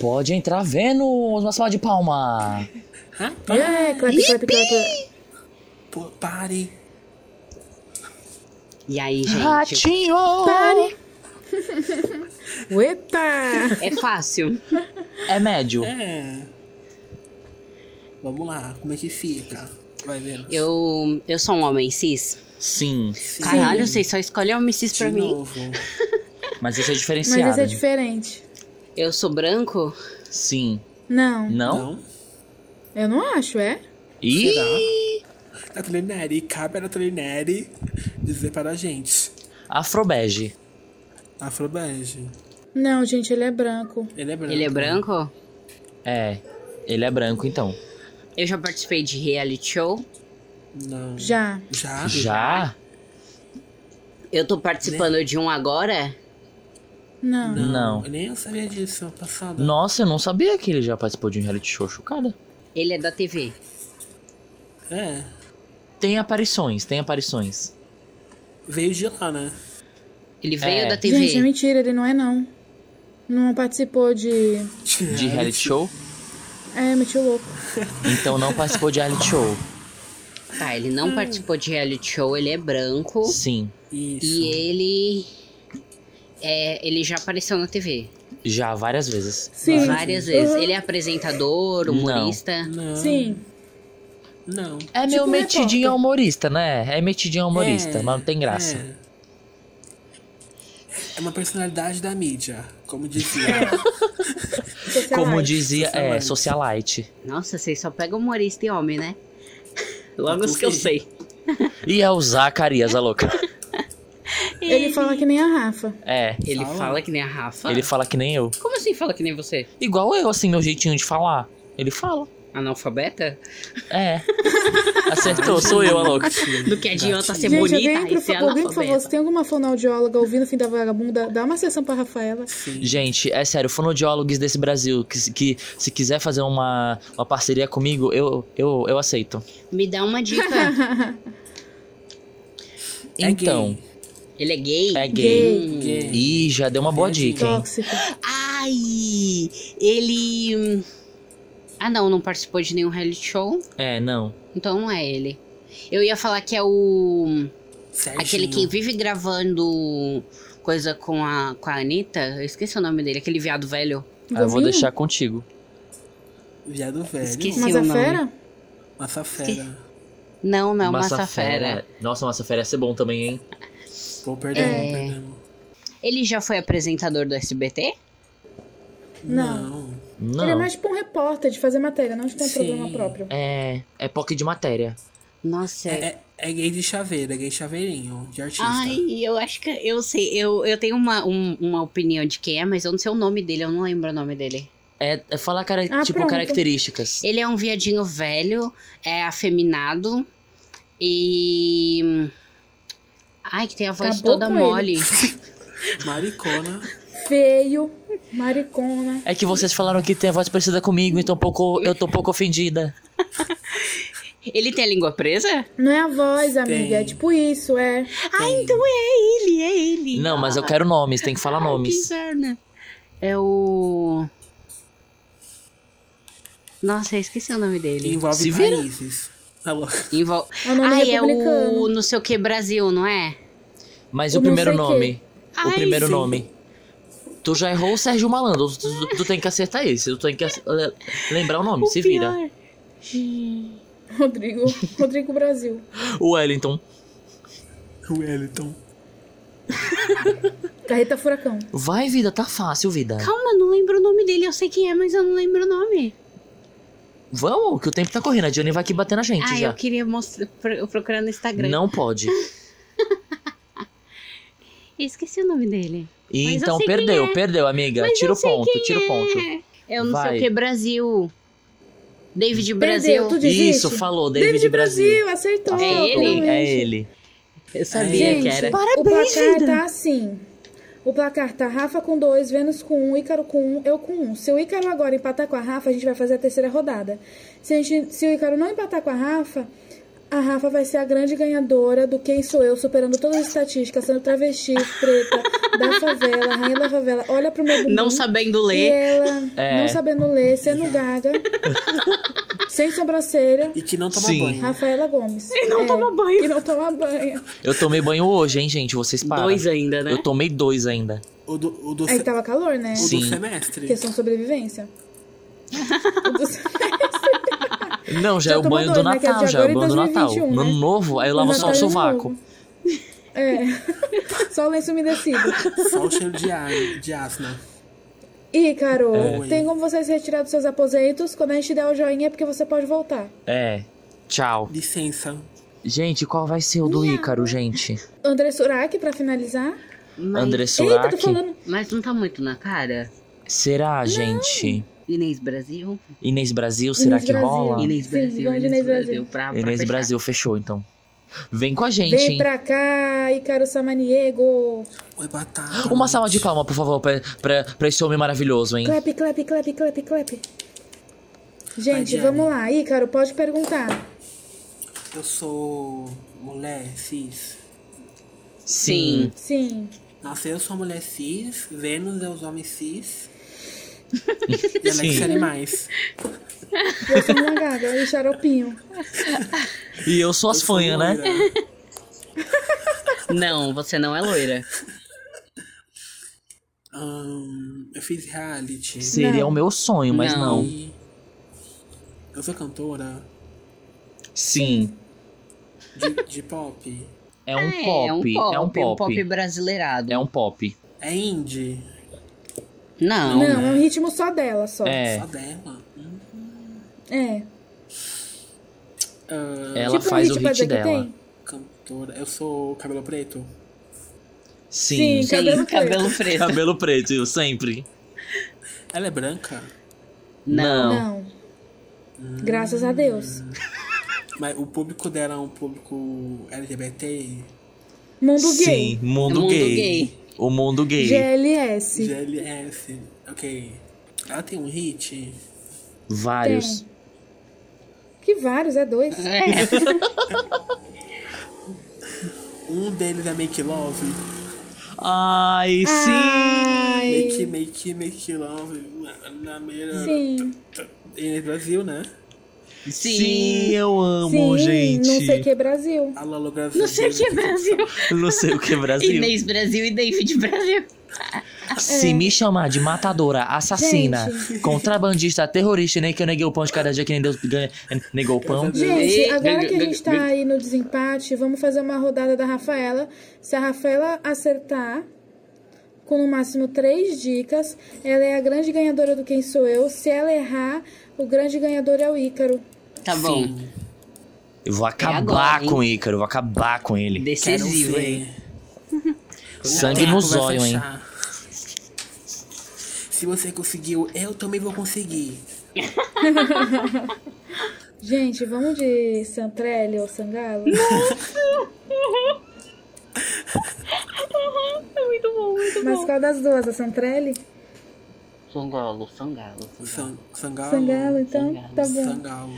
F: Pode entrar, Vênus, uma salva de palma.
E: Rapaz,
B: É, clap, clap, clap.
E: pô, pare.
A: E aí, gente?
F: Ratinho!
B: Pare! Uepa!
A: É fácil.
F: É médio.
E: É. Vamos lá, como é que fica? Vai vendo.
A: Eu, eu sou um homem cis.
F: Sim.
A: Caralho, vocês só escolhem homem cis
E: De
A: pra mim.
E: novo.
F: Mas esse é
B: Mas
F: diferenciado.
B: esse é diferente.
A: Eu sou branco?
F: Sim.
B: Não,
F: Não?
E: Não?
B: eu não acho, é?
F: Ih!
E: Será? Natalineri, cabe a Natalineri dizer para a gente.
F: Afrobege.
E: Afrobege.
B: Não, gente, ele é branco.
E: Ele é branco.
A: Ele é branco?
F: É, ele é branco então.
A: Eu já participei de reality show.
E: Não.
B: Já.
E: Já?
F: Já?
A: Eu tô participando de um agora.
B: Não.
E: Não.
F: Não.
E: Eu nem sabia disso ano passado.
F: Nossa, eu não sabia que ele já participou de um reality show chocada.
A: Ele é da TV.
E: É.
F: Tem aparições, tem aparições.
E: Veio de lá, né?
A: Ele veio
F: É.
A: da TV.
B: Gente, é mentira, ele não é não. Não participou de.
F: De reality show?
B: É, metiu louco.
F: Então não participou de reality show.
A: Tá, ele
B: Hum.
A: não participou de reality show, ele é branco.
F: Sim.
A: E
E: Isso.
A: ele. É, ele já apareceu na TV
F: Já várias vezes.
B: Sim.
A: várias vezes.
B: Uhum.
A: Ele é apresentador,
F: Não.
A: humorista.
E: Não.
B: Sim.
E: Não.
F: É
B: Tipo
F: meu
B: um
F: metidinho
B: repórter.
F: humorista, né? É metidinho humorista, mas não tem graça.
E: É. É uma personalidade da mídia, como dizia.
A: É.
B: Socialite.
F: Como dizia, é,
E: Socialite.
F: socialite.
A: Nossa, vocês só pegam humorista e homem, né? Logo os que eu sei.
F: E é o Zacarias, a louca.
B: Ele fala que nem a Rafa.
F: É,
A: Ele
E: Fala.
A: fala que nem a Rafa.
F: ele fala que nem eu.
A: Como assim fala que nem você?
F: Igual eu, assim, meu jeitinho de falar. Ele fala.
A: Analfabeta?
F: É. Acertou, sou eu, a louca.
A: Do que é adianta ser
B: Gente, alguém,
A: bonita é e
B: por,
A: ser
B: fa- alguém, por favor, se
A: analfabeta?
B: tem alguma fonoaudióloga ouvindo o fim da vagabunda, dá uma sessão pra Rafaela.
F: Gente, é sério, fonodiólogos desse Brasil, que, se- que se quiser fazer uma, uma parceria comigo, eu, eu, eu aceito.
A: Me dá uma dica.
E: É
F: então,
E: gay.
A: Ele é gay? Hum.
F: é gay.
E: Gay.
F: Ih, já deu uma boa dica, hein?
B: Tóxico.
A: Ai! Ele. hum, Ah, não, não participou de nenhum reality show.
F: É, não.
A: Então não é ele. Eu ia falar que é o.
E: Certinho.
A: Aquele que vive gravando coisa com a, com a Anitta. Eu esqueci o nome dele, aquele viado velho.
F: Ah, eu vou
B: Govinho?
F: deixar contigo.
E: Viado velho.
A: Esqueci.
B: Mas
A: o
B: a
A: nome.
B: fera?
E: Massa fera.
A: Não, não, Massafera.
F: Nossa, Massafera ia ser bom também, hein?
E: Pô,
A: É.
E: perdemos, perdemos.
A: Ele já foi apresentador do SBT?
B: Não.
F: Não.
B: Ele é mais tipo um repórter de fazer matéria, não de ter um
E: Sim.
B: programa próprio.
F: É, é POC de matéria.
A: Nossa.
E: É, é- é gay de chaveira, é gay chaveirinho, de artista.
A: Ai, eu acho que. Eu sei, eu, eu tenho uma, um- uma opinião de quem é, mas eu não sei o nome dele, eu não lembro o nome dele.
F: É, é falar cara,
B: Ah,
F: tipo
B: pronto.
F: características.
A: Ele é um viadinho velho, é afeminado e. Ai, que tem a voz
B: Acabou
A: toda
B: com
A: mole.
E: Maricona.
B: Feio, maricona.
F: É que vocês falaram que tem a voz parecida comigo, então pouco, eu tô pouco ofendida.
A: Ele tem a língua presa?
B: Não é a voz, amiga.
E: Tem.
B: É tipo isso, é.
A: Ah, então é ele, é ele.
F: Não, mas eu quero nomes, tem que falar
A: Que
F: nomes.
A: inferno. É o. Nossa, eu esqueci o nome dele.
E: Envolve
F: Se vira.
E: países. Tá louco.
A: Envol...
B: É o nome
A: Ai, é o
B: republicano.
A: não sei o que Brasil, não é?
F: Mas
B: Eu
F: o
B: não
F: primeiro
B: sei quê.
F: nome.
A: Ai,
F: o primeiro
A: sim.
F: nome. Tu já errou o Sérgio Malandro. Tu, tu- tu tem que acertar esse. Tu tem que ac- le- lembrar o nome. se vira.
B: Rodrigo. Rodrigo Brasil.
F: O Wellington.
E: Wellington.
B: Carreta Furacão.
F: Vai, vida. Tá fácil, vida.
A: Calma, eu não lembro o nome dele. Eu sei quem é, mas eu não lembro o nome.
F: Vamos, que o tempo tá correndo. A Johnny vai aqui bater na gente
A: Ah, eu
F: já.
A: queria mostrar, pro- procurar no Instagram.
F: Não pode.
A: Eu esqueci o nome dele.
F: E
A: Mas eu
F: então
A: sei quem
F: perdeu,
A: é.
F: perdeu, amiga.
A: Mas
F: tira
A: eu
F: o
A: sei
F: ponto,
A: quem
F: tira o
A: é.
F: ponto.
A: É o não sei
F: Vai.
A: o que Brasil. David Brasil.
B: Perdeu, tu desiste?
F: Isso, falou, David,
B: David
F: Brasil.
B: Brasil, acertou.
A: É ele?
B: finalmente.
F: É ele.
A: Eu sabia
B: Gente,
A: que era.
B: o placar tá assim. O placar tá Rafa com dois, Vênus com um, Ícaro com um, eu com um. Se o Ícaro agora empatar com a Rafa, a gente vai fazer a terceira rodada. Se, a gente- se o Ícaro não empatar com a Rafa, a Rafa vai ser a grande ganhadora do Quem Sou Eu, superando todas as estatísticas, sendo travesti, preta, da favela, rainha da favela. Olha pro meu bumbum.
A: Não sabendo
B: E
A: ler.
B: ela,
F: É.
B: não sabendo ler, sendo gaga, sem sobrancelha,
E: E que não toma
F: Sim.
E: banho.
B: Rafaela Gomes.
I: E não
B: É,
I: toma banho.
B: E não toma banho.
F: Eu tomei banho hoje, hein, gente? Vocês param.
A: Dois ainda, né?
F: Eu tomei dois ainda.
E: O do, o do,
B: Aí
A: tá.
E: se-
B: tava calor, né?
E: o do
F: Sim.
E: semestre.
B: Questão de sobrevivência.
F: Não, já,
B: Já
F: é o
B: tomou
F: banho do
B: dois, né, que é de
F: Natal, já é o
B: agora
F: banho
B: em
F: do Natal.
B: 2021,
F: No ano
B: né?
F: novo, aí eu lavo
B: Mas
F: só o
B: Natal é
F: sovaco.
B: novo. É. Só o lenço umedecido.
E: Só o cheiro de, ar, de asma.
B: E, Carol,
E: É.
B: tem como você se retirar dos seus aposentos? Quando a gente der o joinha é porque você pode voltar.
F: É. Tchau.
E: Licença.
F: Gente, qual vai ser o do Ícaro, gente?
B: André Surak, pra finalizar.
A: Mas...
F: André
B: Eita, tô
F: Surak?
B: falando.
A: Mas não tá muito na cara?
F: Será, gente?
A: Inês Brasil?
F: Inês Brasil, será
B: Inês
F: que
B: Brasil.
F: rola?
A: Inês
B: Sim,
A: Brasil,
B: gosto de
A: Inês,
B: Inês
A: Brasil.
B: Brasil.
A: Pra, pra
F: Ah. Inês
A: fechar.
F: Brasil, fechou então. Vem com a gente,
B: Vem
F: hein?
B: pra cá, Icaro Samaniego.
E: Oi, boa tarde.
F: Uma salva de palma, por favor, pra, pra, pra esse homem maravilhoso, hein?
B: Clap, clap, clap, clap, clap.
E: Vai,
B: Gente,
E: Diane.
B: vamos lá. Ícaro, pode perguntar.
E: Eu sou mulher cis.
A: Sim.
B: Sim.
E: Nossa, eu sou mulher cis. Vênus é os homens cis. E Alex
F: Sim.
E: é animais.
B: Eu sou uma gaga e xaropinho.
F: E eu sou as
E: Eu sou
F: fanhas, né?
E: loira.
A: Não, você não é loira.
E: Ahn, eu fiz reality.
F: Seria
B: Não.
F: o meu sonho, mas não.
A: Não.
E: Eu sou cantora
F: Sim.
E: de, de pop.
F: É um,
A: É,
F: pop,
A: é um pop.
F: é um
A: um pop
F: pop.
A: brasileirado.
F: É um pop.
E: É indie.
A: Não.
B: Não, é um ritmo só dela, só.
F: né? É.
E: Só dela. Hum.
B: É.
E: Ahn,
F: Ela
B: tipo
F: faz
B: um
F: o
B: hit pra
F: hit
B: dizer que
F: dela.
B: tem.
E: Cantora. Eu sou cabelo preto?
B: Sim.
F: Sim.
A: Sim,
B: Cabelo preto.
A: cabelo preto.
F: Cabelo preto, eu sempre.
E: Ela é branca?
A: Não.
B: Não. Graças a Deus.
E: Mas o público dela é um público LGBT?
B: Mundo
F: Sim,
B: gay.
F: mundo,
A: Mundo
F: gay.
A: gay.
F: O mundo gay.
B: GLS.
E: GLS. Ok. Ela tem um hit?
F: Vários.
B: Que vários, é dois.
E: Um deles é Make Love.
F: Ai, sim!
B: Ai,
E: Make, make, make love. Na, na mira.
B: Sim.
E: E no Brasil, né?
A: Sim.
F: eu amo,
B: sim,
F: gente.
B: Não sei o que Brasil.
E: A Lalo Brasil. Não
I: Sei que é Brasil.
F: Não sei o que, Brasil.
A: Inês Brasil e David Brasil.
B: É.
F: Se me chamar de matadora, assassina, contrabandista, terrorista, nem que eu neguei o pão de cada dia que nem Deus ganha, negou o pão.
B: Gente,
A: Ei,
B: agora
A: ei,
B: que a
A: ei,
B: gente tá
A: ei.
B: aí no desempate, vamos fazer uma rodada da Rafaela. Se a Rafaela acertar com no máximo três dicas, ela é a grande ganhadora do Quem Sou Eu. Se ela errar, o grande ganhador é o Ícaro.
A: Tá bom.
F: Eu vou acabar
A: É agora, hein?
F: com o Ícaro, eu vou acabar com ele.
E: Quero
A: Decisivo, hein?
E: ver.
F: Sangue
E: O
F: no
E: tempo vai
F: zóio, hein?
E: fechar. Se você conseguiu, eu também vou conseguir.
B: Gente, vamos de Santrelli ou Sangalo?
I: É muito bom, muito
B: Mas
I: bom.
B: qual das duas? A Santrelli?
A: Sangalo, sangalo, sangalo.
E: San- Sangalo.
B: Sangalo, então?
A: Sangalo,
B: Tá bom.
E: Ah, Sangalo.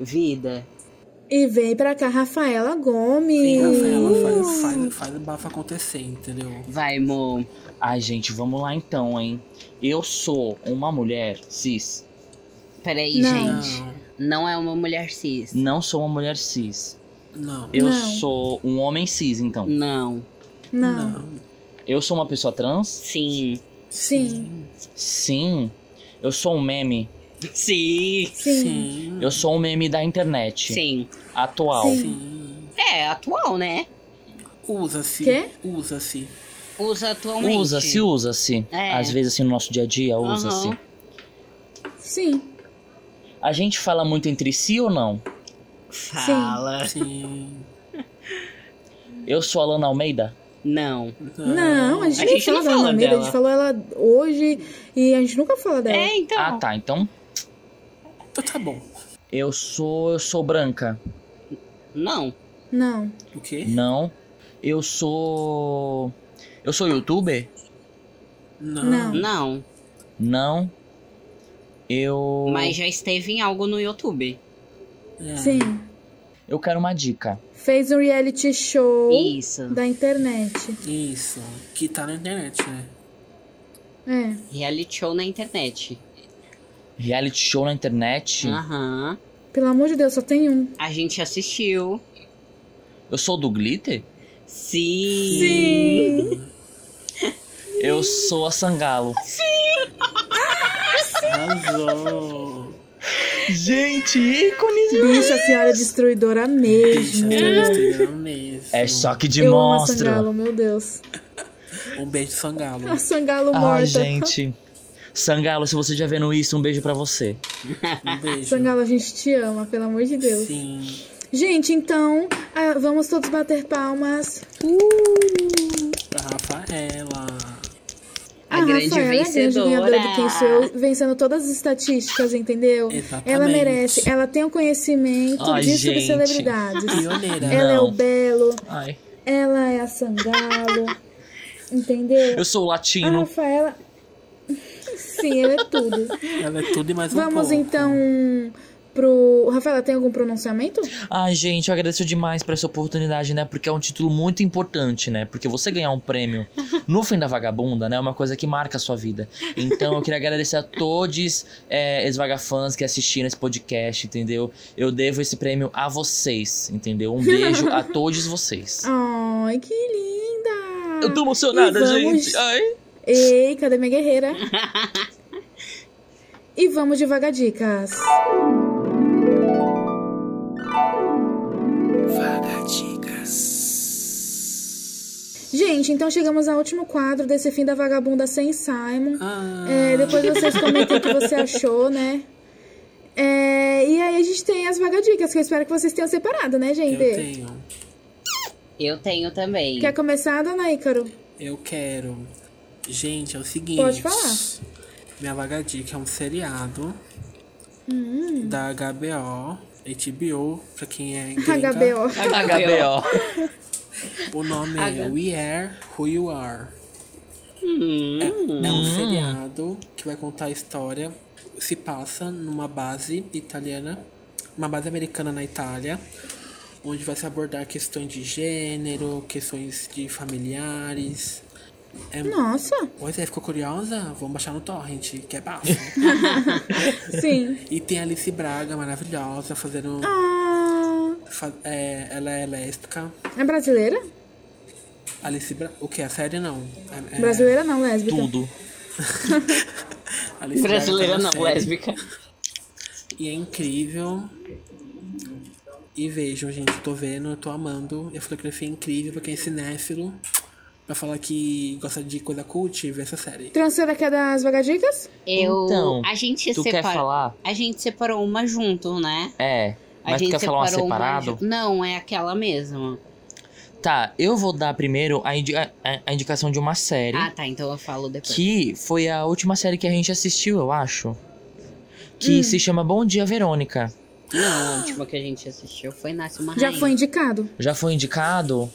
A: Vida.
B: E vem pra cá Rafaela Gomes.
E: Sim, Rafaela, faz, faz, faz o bafo acontecer, entendeu?
A: Vai, mo.
F: Ai, gente, vamos lá então, hein? Eu sou uma mulher cis.
A: Peraí,
B: Não.
A: gente. Não é uma mulher cis.
F: Não sou uma mulher cis.
E: Não.
F: Eu
B: Não.
F: sou um homem cis, então.
A: Não.
B: Não.
F: Eu sou uma pessoa trans?
A: Sim.
B: Sim.
F: Sim. Eu sou um meme.
A: Sim.
B: Sim.
E: Sim.
F: Eu sou um meme da internet.
A: Sim.
F: Atual.
E: Sim.
A: É, atual, né?
E: Usa-se.
B: Quê?
E: Usa-se.
A: Usa atualmente.
F: Usa-se, usa-se.
A: É.
F: Às vezes, assim, no nosso dia a dia, usa-se.
A: Aham.
B: Sim.
F: A gente fala muito entre si ou não?
A: Fala.
E: Sim.
F: Eu sou a Lana Almeida?
A: Não.
E: Ah.
B: Não, a gente,
A: A gente
B: não fala dela, Almeida, a
A: dela.
B: gente falou ela hoje e a gente nunca fala dela.
I: É, então.
F: Ah, tá. Então,
E: Então tá bom.
F: eu sou... Eu sou branca?
A: Não.
B: Não,
E: O quê?
F: Não. Eu sou... Eu sou youtuber?
E: Não.
B: não.
A: Não.
F: Não. Eu...
A: Mas já esteve em algo no YouTube.
E: É.
B: Sim.
F: Eu quero uma dica.
B: Fez um reality
F: Oh.
B: show
A: Isso.
B: da internet.
E: Isso. Que tá na internet, né?
B: É.
A: Reality show na internet.
F: Reality show na internet?
A: Aham.
B: Pelo amor de Deus, só tem um.
A: A gente assistiu.
F: Eu sou do Glitter?
A: Sim.
B: Sim.
F: Eu sou a Sangalo.
E: Arrasou.
F: Gente, ícones!
B: Bicha, a senhora é destruidora
E: Bicha,
B: mesmo.
E: tem Instagram mesmo.
F: É choque é de
B: Eu amo a
F: monstro.
B: Sangalo, meu Deus.
E: Um beijo Sangalo.
B: A Sangalo morta.
F: Ai, gente. Sangalo, se você já vendo isso, um beijo pra você.
E: Um beijo.
B: Sangalo, a gente te ama, pelo amor de Deus.
E: Sim.
B: Gente, então, ah, vamos todos bater palmas. Uh!
E: Pra Rafaela.
A: A grande
B: Rafaela
A: vencedora.
B: É a grande ganhadora do Quem Sou Eu, vencendo todas as estatísticas, entendeu?
E: Exatamente.
B: Ela merece, ela tem o conhecimento
F: Ai,
B: de sobre
F: gente.
B: celebridades.
E: Pioneira.
B: Ela é o
F: Não.
B: Belo,
F: Ai.
B: ela é a Sangalo, entendeu?
F: Eu sou
B: A
F: latino.
B: Rafaela. Sim, ela é tudo.
E: Ela é tudo e mais um
B: Vamos
E: pouco.
B: então pro. Rafaela, tem algum pronunciamento?
F: Ai, gente, eu agradeço demais por essa oportunidade, né? Porque é um título muito importante, né? Porque você ganhar um prêmio no fim da vagabunda, né? É uma coisa que marca a sua vida. Então eu queria agradecer a todos é, esvagafãs que assistiram esse podcast, entendeu? Eu devo esse prêmio a vocês, entendeu? Um beijo a todos vocês.
B: Ai, que linda!
F: Eu tô emocionada,
B: E vamos-
F: gente. Ai.
B: Ei, cadê minha guerreira? e vamos devagar dicas. Gente, então chegamos ao último quadro desse fim da vagabunda sem Simon.
E: Ah,
B: É, depois vocês comentem o que você achou, né? É, e aí a gente tem as vagadicas, que eu espero que vocês tenham separado, né,
E: eu
B: gente?
E: tenho.
A: Eu tenho também.
B: Quer começar, dona Ícaro?
E: Eu quero. Gente, é o seguinte.
B: Pode falar.
E: Minha vaga dica é um seriado
B: Hum.
E: da HBO, HBO, pra quem é
F: tá?
E: gringa.
B: HBO.
F: HBO.
E: O nome é We Are Who You Are.
A: Hum,
E: É um seriado que vai contar a história. Se passa numa base italiana, uma base americana na Itália, onde vai se abordar questões de gênero, questões de familiares. É,
B: Nossa,
E: pois é, ficou curiosa? Vamos baixar no torrent, que é bafo.
B: sim.
E: e tem a Alice Braga, maravilhosa, fazendo.
B: Ah,
E: fa- é, ela é lésbica.
B: é brasileira?
E: Alice Braga. O que? A série não. É- é-
B: Brasileira não, lésbica.
F: Tudo.
E: Alice Braga tá na
A: brasileira não,
E: série.
A: lésbica.
E: E é incrível. E vejam, gente, eu tô vendo, eu tô amando. E a fotografia é incrível pra quem é cinéfilo. Pra falar que gosta de coisa cult, vê essa série.
A: Então-
B: Tranceira quer dar as vagadicas?
A: Eu,
F: Então,
A: a gente
F: Tu
A: separa-
F: quer falar?
A: A gente separou uma junto, né?
F: É.
A: A
F: Mas tu
A: gente
F: quer falar uma
A: separou
F: separado?
A: ju- Não, é aquela mesma.
F: Tá, eu vou dar primeiro a, indi- a- a indicação de uma série.
A: Ah, tá. Então eu falo depois.
F: Que foi a última série que a gente assistiu, eu acho. Que
B: Hum.
F: se chama Bom Dia, Verônica.
A: Não, a última que a gente assistiu foi Nasce uma
B: Já
A: Rainha.
B: foi indicado.
F: Já foi indicado?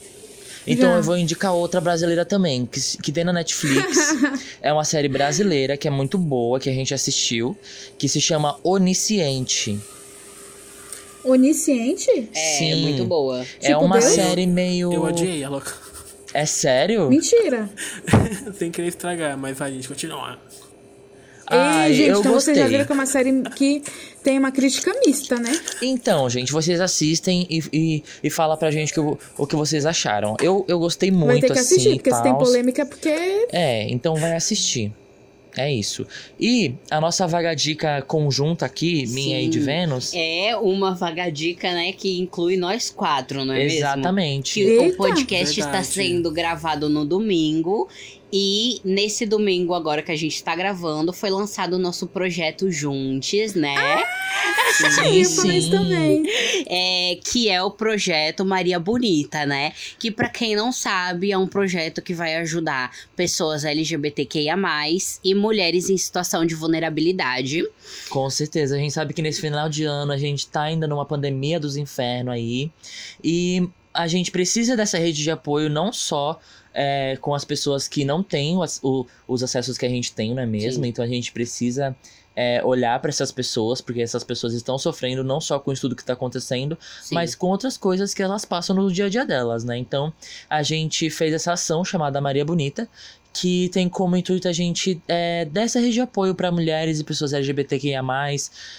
F: Então
B: Já.
F: eu vou indicar outra brasileira também, que, s- que tem na Netflix. é uma série brasileira que é muito boa, que a gente assistiu, que se chama Onisciente.
B: Tipo Onisciente?
A: É,
F: Sim.
A: muito boa.
F: é
B: Tipo
F: uma
B: Deus?
F: série meio.
E: Eu odiei a louca.
F: É sério?
B: Mentira.
E: Sem querer estragar, mas vai, gente, continua.
F: Ai,
B: Ei, gente,
F: eu
B: então
F: gostei.
B: vocês já viram que é uma série que tem uma crítica mista, né?
F: Então, gente, vocês assistem e, e, e fala pra gente que, o o que vocês acharam. Eu, eu gostei muito,
B: Vai ter que
F: assim,
B: assistir, porque se tem
F: tals.
B: polêmica, é porque.
F: É, então vai assistir. É isso. E a nossa vaga dica conjunta aqui, minha e de
A: Sim.
F: Vênus.
A: É uma vagadica, né? Que inclui nós quatro, não é mesmo?
F: exatamente.
A: Que
B: Eita!
A: o podcast está
E: Verdade.
A: sendo gravado no domingo. E nesse domingo, agora que a gente está gravando, foi lançado o nosso projeto Juntes, né?
B: eu falei isso tá né, também.
A: é, que é o projeto Maria Bonita, né? Que pra quem não sabe, é um projeto que vai ajudar pessoas LGBTQIA+, e mulheres em situação de vulnerabilidade.
F: Com certeza. A gente sabe que nesse final de ano a gente tá ainda numa pandemia dos infernos aí. E a gente precisa dessa rede de apoio não só é, com as pessoas que não têm o ac- o- os acessos que a gente tem, não é mesmo?
A: Sim.
F: Então a gente precisa. é, olhar para essas pessoas, porque essas pessoas estão sofrendo não só com isso tudo que tá acontecendo,
A: Sim.
F: mas com outras coisas que elas passam no dia a dia delas, né? Então, a gente fez essa ação chamada Maria Bonita, que tem como intuito a gente é, dar essa rede de apoio para mulheres e pessoas LGBTQIA,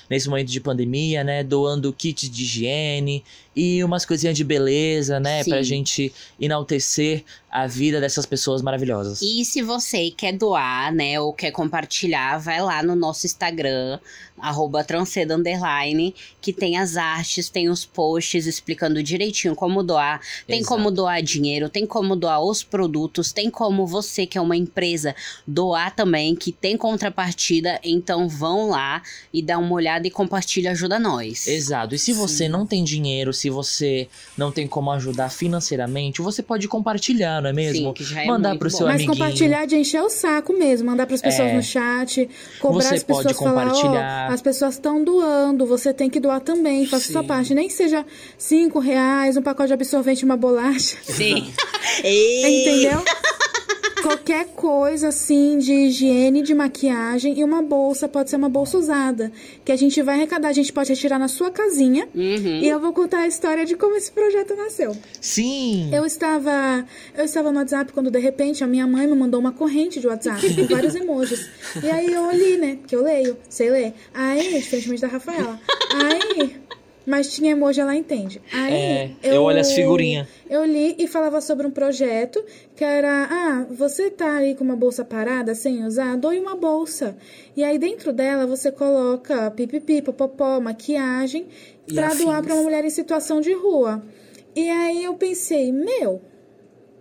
F: nesse momento de pandemia, né? Doando kits de higiene e umas coisinhas de beleza, né?
A: Sim.
F: Pra gente enaltecer a vida dessas pessoas maravilhosas.
A: E se você quer doar, né, ou quer compartilhar, vai lá no nosso Instagram, arroba transceda underline, que tem as artes, tem os posts explicando direitinho como doar, tem
F: Exato.
A: como doar dinheiro, tem como doar os produtos, tem como você, que é uma empresa, doar também, que tem contrapartida, então vão lá e dá uma olhada e compartilha, ajuda nós.
F: Exato. E se você não tem dinheiro, se você não tem como ajudar financeiramente, você pode compartilhar, não é mesmo?
A: Sim, que já é
F: Mandar
A: muito
F: pro
A: bom.
F: seu
B: Mas
F: amiguinho.
B: compartilhar de encher o saco mesmo, mandar pras pessoas
F: É.
B: no chat, cobrar
F: Você
B: as pessoas
F: pode
B: falar, ó,
F: compartilhar.
B: as pessoas estão doando, você tem que doar também, faça
E: Sim.
B: sua parte, nem que seja cinco reais, um pacote de absorvente, uma bolacha.
A: Sim. Ei!
B: Entendeu? Qualquer coisa assim de higiene, de maquiagem e uma bolsa, pode ser uma bolsa usada, que a gente vai arrecadar, a gente pode retirar na sua casinha.
A: Uhum.
B: E eu vou contar a história de como esse projeto nasceu.
F: Sim.
B: Eu estava, eu estava no WhatsApp quando de repente a minha mãe me mandou uma corrente de WhatsApp com vários emojis. E aí eu olhei, né? Porque eu leio, sei ler. Aí, diferentemente da Rafaela. Aí, mas tinha emoji, ela entende. Aí,
F: É, eu olho as figurinhas.
B: Eu li e falava sobre um projeto que era, ah, você tá aí com uma bolsa parada, sem usar, doe uma bolsa. E aí dentro dela você coloca pipipi, popopó, maquiagem
E: E
B: pra
E: afins.
B: doar pra uma mulher em situação de rua. E aí eu pensei, meu,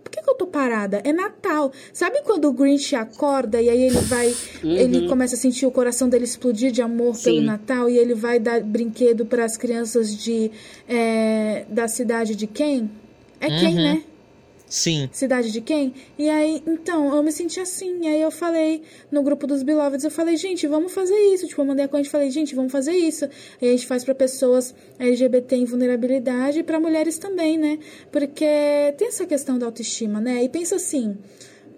B: por que, que eu tô parada? É Natal. Sabe quando o Grinch acorda e aí ele vai. Ele começa a sentir o coração dele explodir de amor pelo
A: Sim.
B: Natal e ele vai dar brinquedo para as crianças de. é, da cidade de quem? É quem,
F: Uhum.
B: né?
F: Sim.
B: Cidade de quem? E aí, então, eu me senti assim. E aí eu falei no grupo dos Beloveds, eu falei, gente, vamos fazer isso. Tipo, eu mandei a corrente e falei, gente, vamos fazer isso. E a gente faz pra pessoas LGBT em vulnerabilidade e pra mulheres também, né? Porque tem essa questão da autoestima, né? E pensa assim.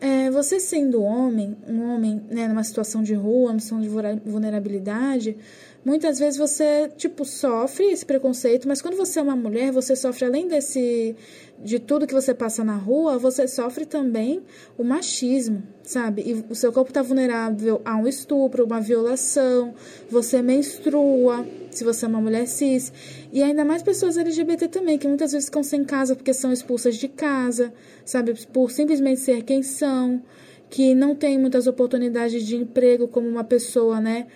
B: é, você sendo homem, um homem, né, numa situação de rua, numa situação de vulnera- vulnerabilidade, muitas vezes você, tipo, sofre esse preconceito, mas quando você é uma mulher, você sofre além desse, de tudo que você passa na rua, você sofre também o machismo, sabe? E o seu corpo está vulnerável a um estupro, uma violação, você menstrua, se você é uma mulher cis. E ainda mais pessoas LGBT também, que muitas vezes ficam sem casa porque são expulsas de casa, sabe? Por simplesmente ser quem são, que não tem muitas oportunidades de emprego como uma pessoa, né?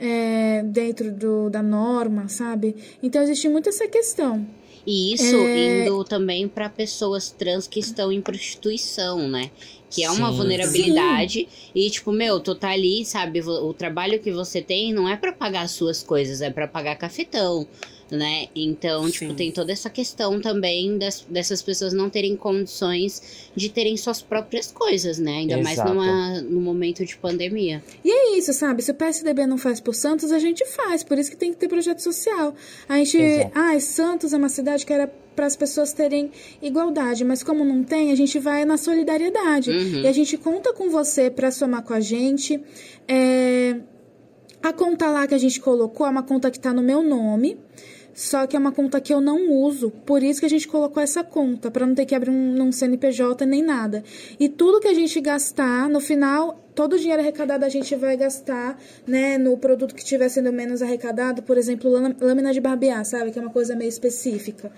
B: é, dentro do, da norma, sabe? Então existe muito essa questão.
A: E isso indo também pra pessoas trans que estão em prostituição, né? Que é uma
F: Sim.
A: vulnerabilidade. E, tipo, meu, tu tá ali, sabe? vo- O trabalho que você tem não é pra pagar as suas coisas, é pra pagar cafetão, né? Então, tipo,
E: Sim.
A: tem toda essa questão também das, dessas pessoas não terem condições de terem suas próprias coisas, né? Ainda mais
F: Exato.
A: numa, num momento de pandemia.
B: E é isso, sabe? Se o PSDB não faz por Santos, a gente faz. Por isso que tem que ter projeto social. A gente.
F: Exato.
B: Ah, Santos é uma cidade que era para as pessoas terem igualdade, mas como não tem, a gente vai na solidariedade.
A: Uhum.
B: E a gente conta com você para somar com a gente. É, A conta lá que a gente colocou é uma conta que tá no meu nome. Só que é uma conta que eu não uso, por isso que a gente colocou essa conta, para não ter que abrir um, um CNPJ nem nada. E tudo que a gente gastar, no final, todo o dinheiro arrecadado a gente vai gastar, né, no produto que estiver sendo menos arrecadado, por exemplo, lâ- lâmina de barbear, sabe, que é uma coisa meio específica.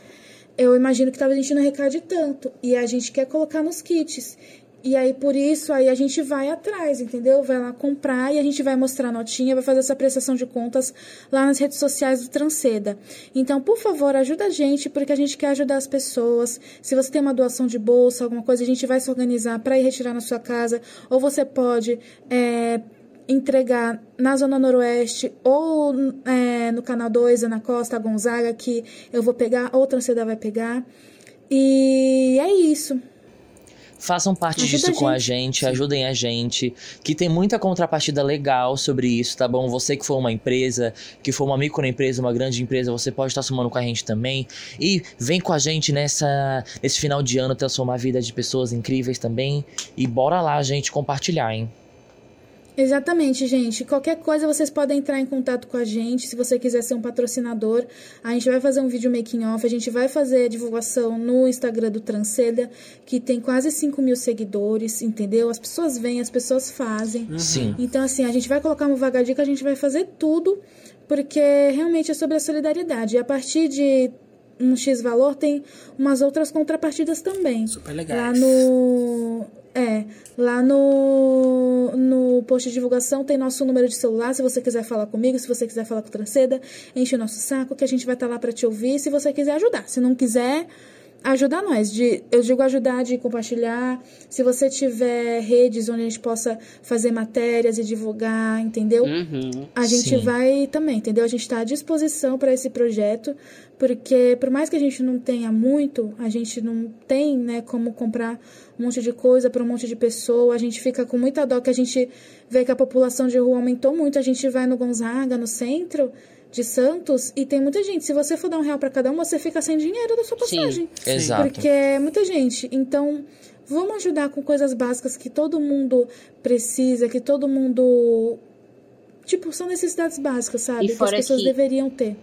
B: Eu imagino que talvez a gente não arrecade tanto, e a gente quer colocar nos kits. E aí, por isso, aí a gente vai atrás, entendeu? Vai lá comprar e a gente vai mostrar a notinha, vai fazer essa prestação de contas lá nas redes sociais do Transceda. Então, por favor, ajuda a gente, porque a gente quer ajudar as pessoas. Se você tem uma doação de bolsa, alguma coisa, a gente vai se organizar para ir retirar na sua casa. Ou você pode é, entregar na Zona Noroeste ou é, no Canal 2, Ana Costa, Gonzaga, que eu vou pegar, ou o Transceda vai pegar. E é isso.
F: Façam parte
B: Ajuda
F: disso
B: a
F: com a gente, ajudem a gente, que tem muita contrapartida legal sobre isso, tá bom? Você que for uma empresa, que for uma microempresa, uma grande empresa, você pode estar somando com a gente também. E vem com a gente nessa nesse final de ano transformar a vida de pessoas incríveis também. E bora lá, gente, compartilhar, hein?
B: Exatamente, gente. Qualquer coisa vocês podem entrar em contato com a gente. Se você quiser ser um patrocinador, a gente vai fazer um vídeo making off, a gente vai fazer a divulgação no Instagram do Transceda, que tem quase 5 mil seguidores, entendeu? As pessoas vêm, as pessoas fazem.
F: Sim.
B: Então, assim, a gente vai colocar uma vagadica, a gente vai fazer tudo, porque realmente é sobre a solidariedade. E a partir de um X valor tem umas outras contrapartidas também.
E: Super legais.
B: Lá no. É, lá no, no post de divulgação tem nosso número de celular. Se você quiser falar comigo, se você quiser tá falar com o Transceda, enche o nosso saco que a gente vai estar lá pra te ouvir. Se você quiser ajudar. Se não quiser, ajuda nós. De, eu digo ajudar de compartilhar. Se você tiver redes onde a gente possa fazer matérias e divulgar, entendeu?
A: Uhum,
B: a gente
A: sim.
B: vai também, entendeu? A gente está à disposição para esse projeto, porque por mais que a gente não tenha muito, a gente não tem, né, como comprar um monte de coisa para um monte de pessoa. A gente fica com muita dó que a gente vê que a população de rua aumentou muito. A gente vai no Gonzaga, no centro de Santos, e tem muita gente. Se você for dar um real para cada um, você fica sem dinheiro da sua passagem.
F: Sim. Exato.
B: Porque é muita gente. Então, vamos ajudar com coisas básicas que todo mundo precisa, que todo mundo. Tipo, são necessidades básicas, sabe?
A: E
B: Que as
A: fora
B: pessoas
A: que-
B: deveriam ter.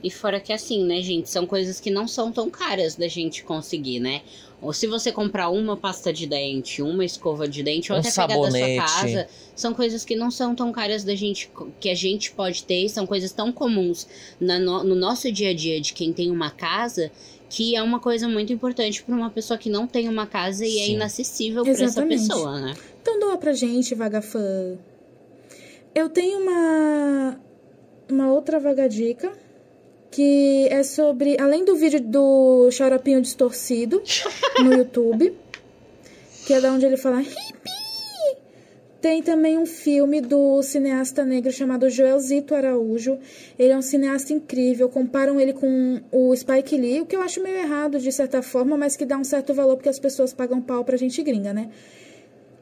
A: E fora que assim, né, gente? São coisas que não são tão caras da gente conseguir, né? Ou se você comprar uma pasta de dente, uma escova de dente, ou
F: Um
A: até pegar
F: sabonete.
A: da sua casa, são coisas que não são tão caras da gente que a gente pode ter, e são coisas tão comuns na no, no nosso dia a dia de quem tem uma casa, que é uma coisa muito importante para uma pessoa que não tem uma casa e é
F: Sim.
A: inacessível para essa
B: Exatamente.
A: pessoa, né?
B: Então doa pra gente, vaga fã. Eu tenho uma uma outra vaga dica que é sobre além do vídeo do Xaropinho distorcido no YouTube, que é da onde ele fala "Hippie!", tem também um filme do cineasta negro chamado Joel Zito Araújo. Ele é um cineasta incrível. Comparam ele com o Spike Lee, o que eu acho meio errado de certa forma, mas que dá um certo valor porque as pessoas pagam pau pra gente gringa, né?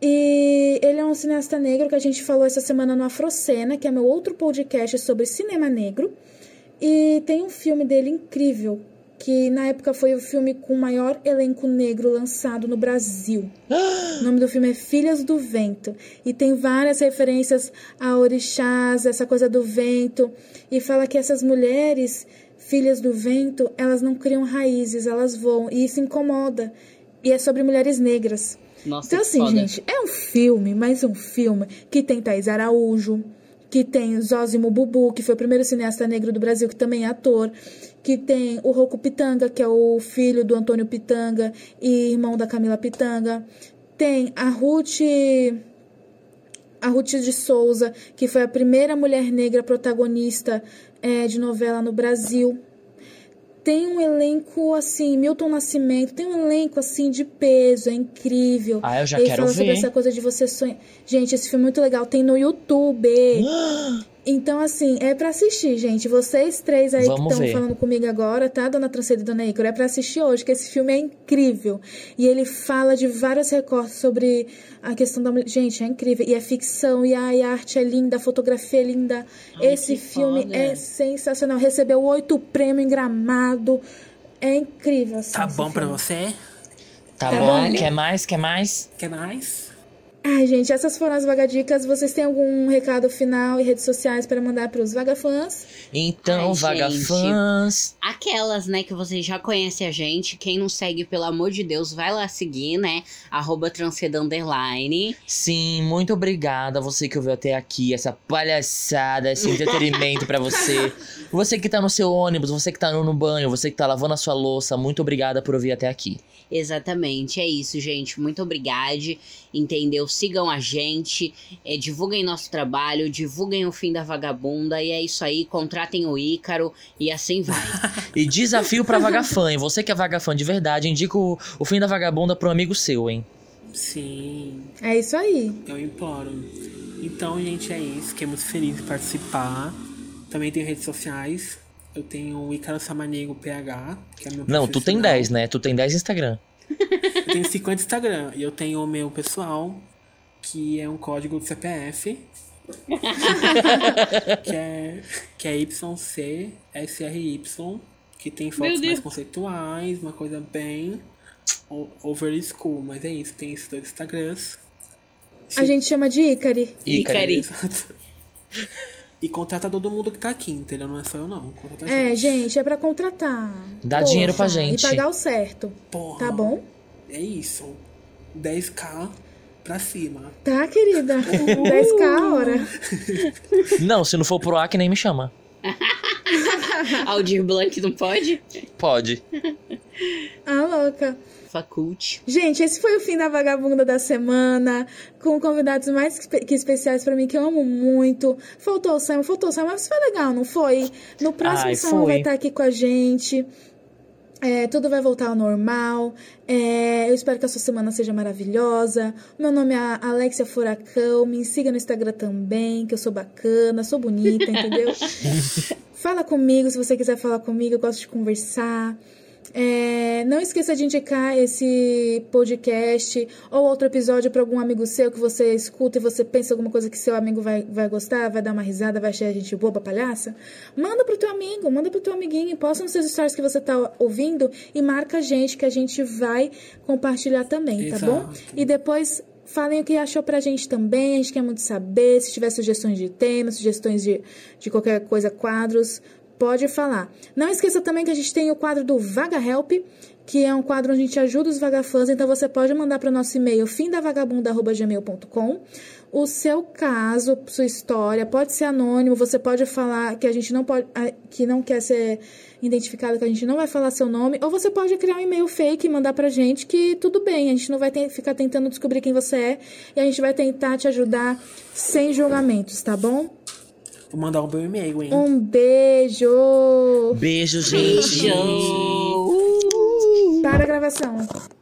B: E ele é um cineasta negro que a gente falou essa semana no Afrocena, que é meu outro podcast sobre cinema negro. E tem um filme dele incrível, que na época foi o filme com o maior elenco negro lançado no Brasil. O nome do filme é Filhas do Vento. E tem várias referências a orixás, essa coisa do vento. E fala que essas mulheres, filhas do vento, elas não criam raízes, elas voam. E isso incomoda. E é sobre mulheres negras.
A: Nossa,
B: Então,
A: que
B: assim,
A: foda.
B: gente, é um filme, mas um filme que tem Thaís Araújo, que tem Zózimo Bubu, que foi o primeiro cineasta negro do Brasil, que também é ator, que tem o Rocco Pitanga, que é o filho do Antônio Pitanga e irmão da Camila Pitanga. Tem a Ruth. A Ruth de Souza, que foi a primeira mulher negra protagonista eh, de novela no Brasil tem um elenco assim, Milton Nascimento, tem um elenco assim de peso, é incrível.
F: Ah, eu já
B: Ele
F: quero
B: fala sobre
F: ver.
B: essa coisa de você sonhar. Gente, esse filme é muito legal, tem no YouTube. Então, assim, é pra assistir, gente. Vocês três aí
F: Vamos
B: que estão
F: ver.
B: falando comigo agora, tá, dona Transceda e dona Icaro? É pra assistir hoje, que esse filme é incrível. E ele fala de vários recortes sobre a questão da mulher. Gente, é incrível. E é ficção, e ai, a arte é linda, a fotografia é linda.
A: Ai,
B: esse
A: que
B: filme
A: foda.
B: é sensacional. Recebeu oito prêmios em gramado. É incrível, assim.
E: Tá
B: esse
E: bom pra
B: filme.
E: você?
F: Tá
A: Caralho.
F: bom, quer mais, quer mais?
E: Quer mais?
B: Ai, gente, essas foram as vagadicas. Vocês têm algum recado final e redes sociais para mandar pros vagafãs?
F: Então,
A: Ai,
F: vagafãs.
A: Aquelas, né, que vocês já conhecem a gente. Quem não segue, pelo amor de Deus, vai lá seguir, né? Arroba Transceda Underline.
F: Sim, muito obrigada a você que ouviu até aqui, essa palhaçada, esse entretenimento pra você. Você que tá no seu ônibus, você que tá no banho, você que tá lavando a sua louça, muito obrigada por ouvir até aqui.
A: Exatamente, é isso, gente. Muito obrigada. Entendeu? Sigam a gente, eh, divulguem nosso trabalho, divulguem o fim da vagabunda. E é isso aí, contratem o Ícaro e assim vai.
F: E desafio pra vagafã, hein? Você que é vagafã de verdade, indica o, o fim da vagabunda pro amigo seu, hein?
E: Sim.
B: É isso aí.
E: Eu imploro. Então, gente, é isso. Fiquei muito feliz de participar. Também tenho redes sociais. Eu tenho o Icaro Samanego PH, que é meu
F: Não, tu tem
E: profissional.
F: 10, né? Tu tem 10 Instagram.
E: Eu tenho 50 Instagram. E eu tenho o meu pessoal, que é um código de CPF. que é, que é YCSRY, que tem fotos mais conceituais, uma coisa bem o- over school, mas é isso, tem esses dois Instagrams.
B: A gente chama de Ícari.
A: Ícari.
E: Exato. E contrata todo mundo que tá aqui, entendeu? Não é só eu não. Contrata a
B: É, gente, é pra contratar.
F: Dá dinheiro pra gente.
B: E pagar o certo.
E: Porra.
B: Tá bom?
E: É isso. 10k pra cima.
B: Tá, querida? 10k a hora.
F: Não, se não for pro ar, que nem me chama.
A: Aldir Blanc não pode?
F: Pode.
B: Ah, louca.
A: Faculte.
B: Gente, esse foi o fim da Vagabunda da Semana, com convidados mais que espe- que especiais pra mim, que eu amo muito. Faltou o Sam, faltou o Sam, mas foi legal, não foi? No próximo
F: Ai,
B: Sam vai tá
F: foi.
B: estar aqui com a gente. É, tudo vai voltar ao normal. É, eu espero que a sua semana seja maravilhosa. Meu nome é Alexia Furacão. Me siga no Instagram também, que eu sou bacana, sou bonita, entendeu? Fala comigo se você quiser falar comigo. Eu gosto de conversar. É, não esqueça de indicar esse podcast ou outro episódio para algum amigo seu que você escuta e você pensa alguma coisa que seu amigo vai, vai gostar, vai dar uma risada, vai achar a gente boba, palhaça. Manda pro teu amigo, manda pro teu amiguinho, posta nos seus stories que você tá ouvindo e marca a gente que a gente vai compartilhar também, tá
E: Exato.
B: bom? E depois falem o que achou pra gente também. A gente quer muito saber. Se tiver sugestões de temas, sugestões de, de qualquer coisa, quadros, pode falar. Não esqueça também que a gente tem o quadro do Vaga Help, que é um quadro onde a gente ajuda os vagafãs. Então você pode mandar para o nosso e-mail findavagabunda.gmail.com o seu caso, sua história, pode ser anônimo, você pode falar que a gente não pode a- que não quer ser identificado, que a gente não vai falar seu nome, ou você pode criar um e-mail fake e mandar pra gente que tudo bem, a gente não vai ten- ficar tentando descobrir quem você é e a gente vai tentar te ajudar sem julgamentos, tá bom?
E: Vou mandar um meu e-mail, hein?
B: Um beijo.
F: Beijo, gente.
B: Para a gravação.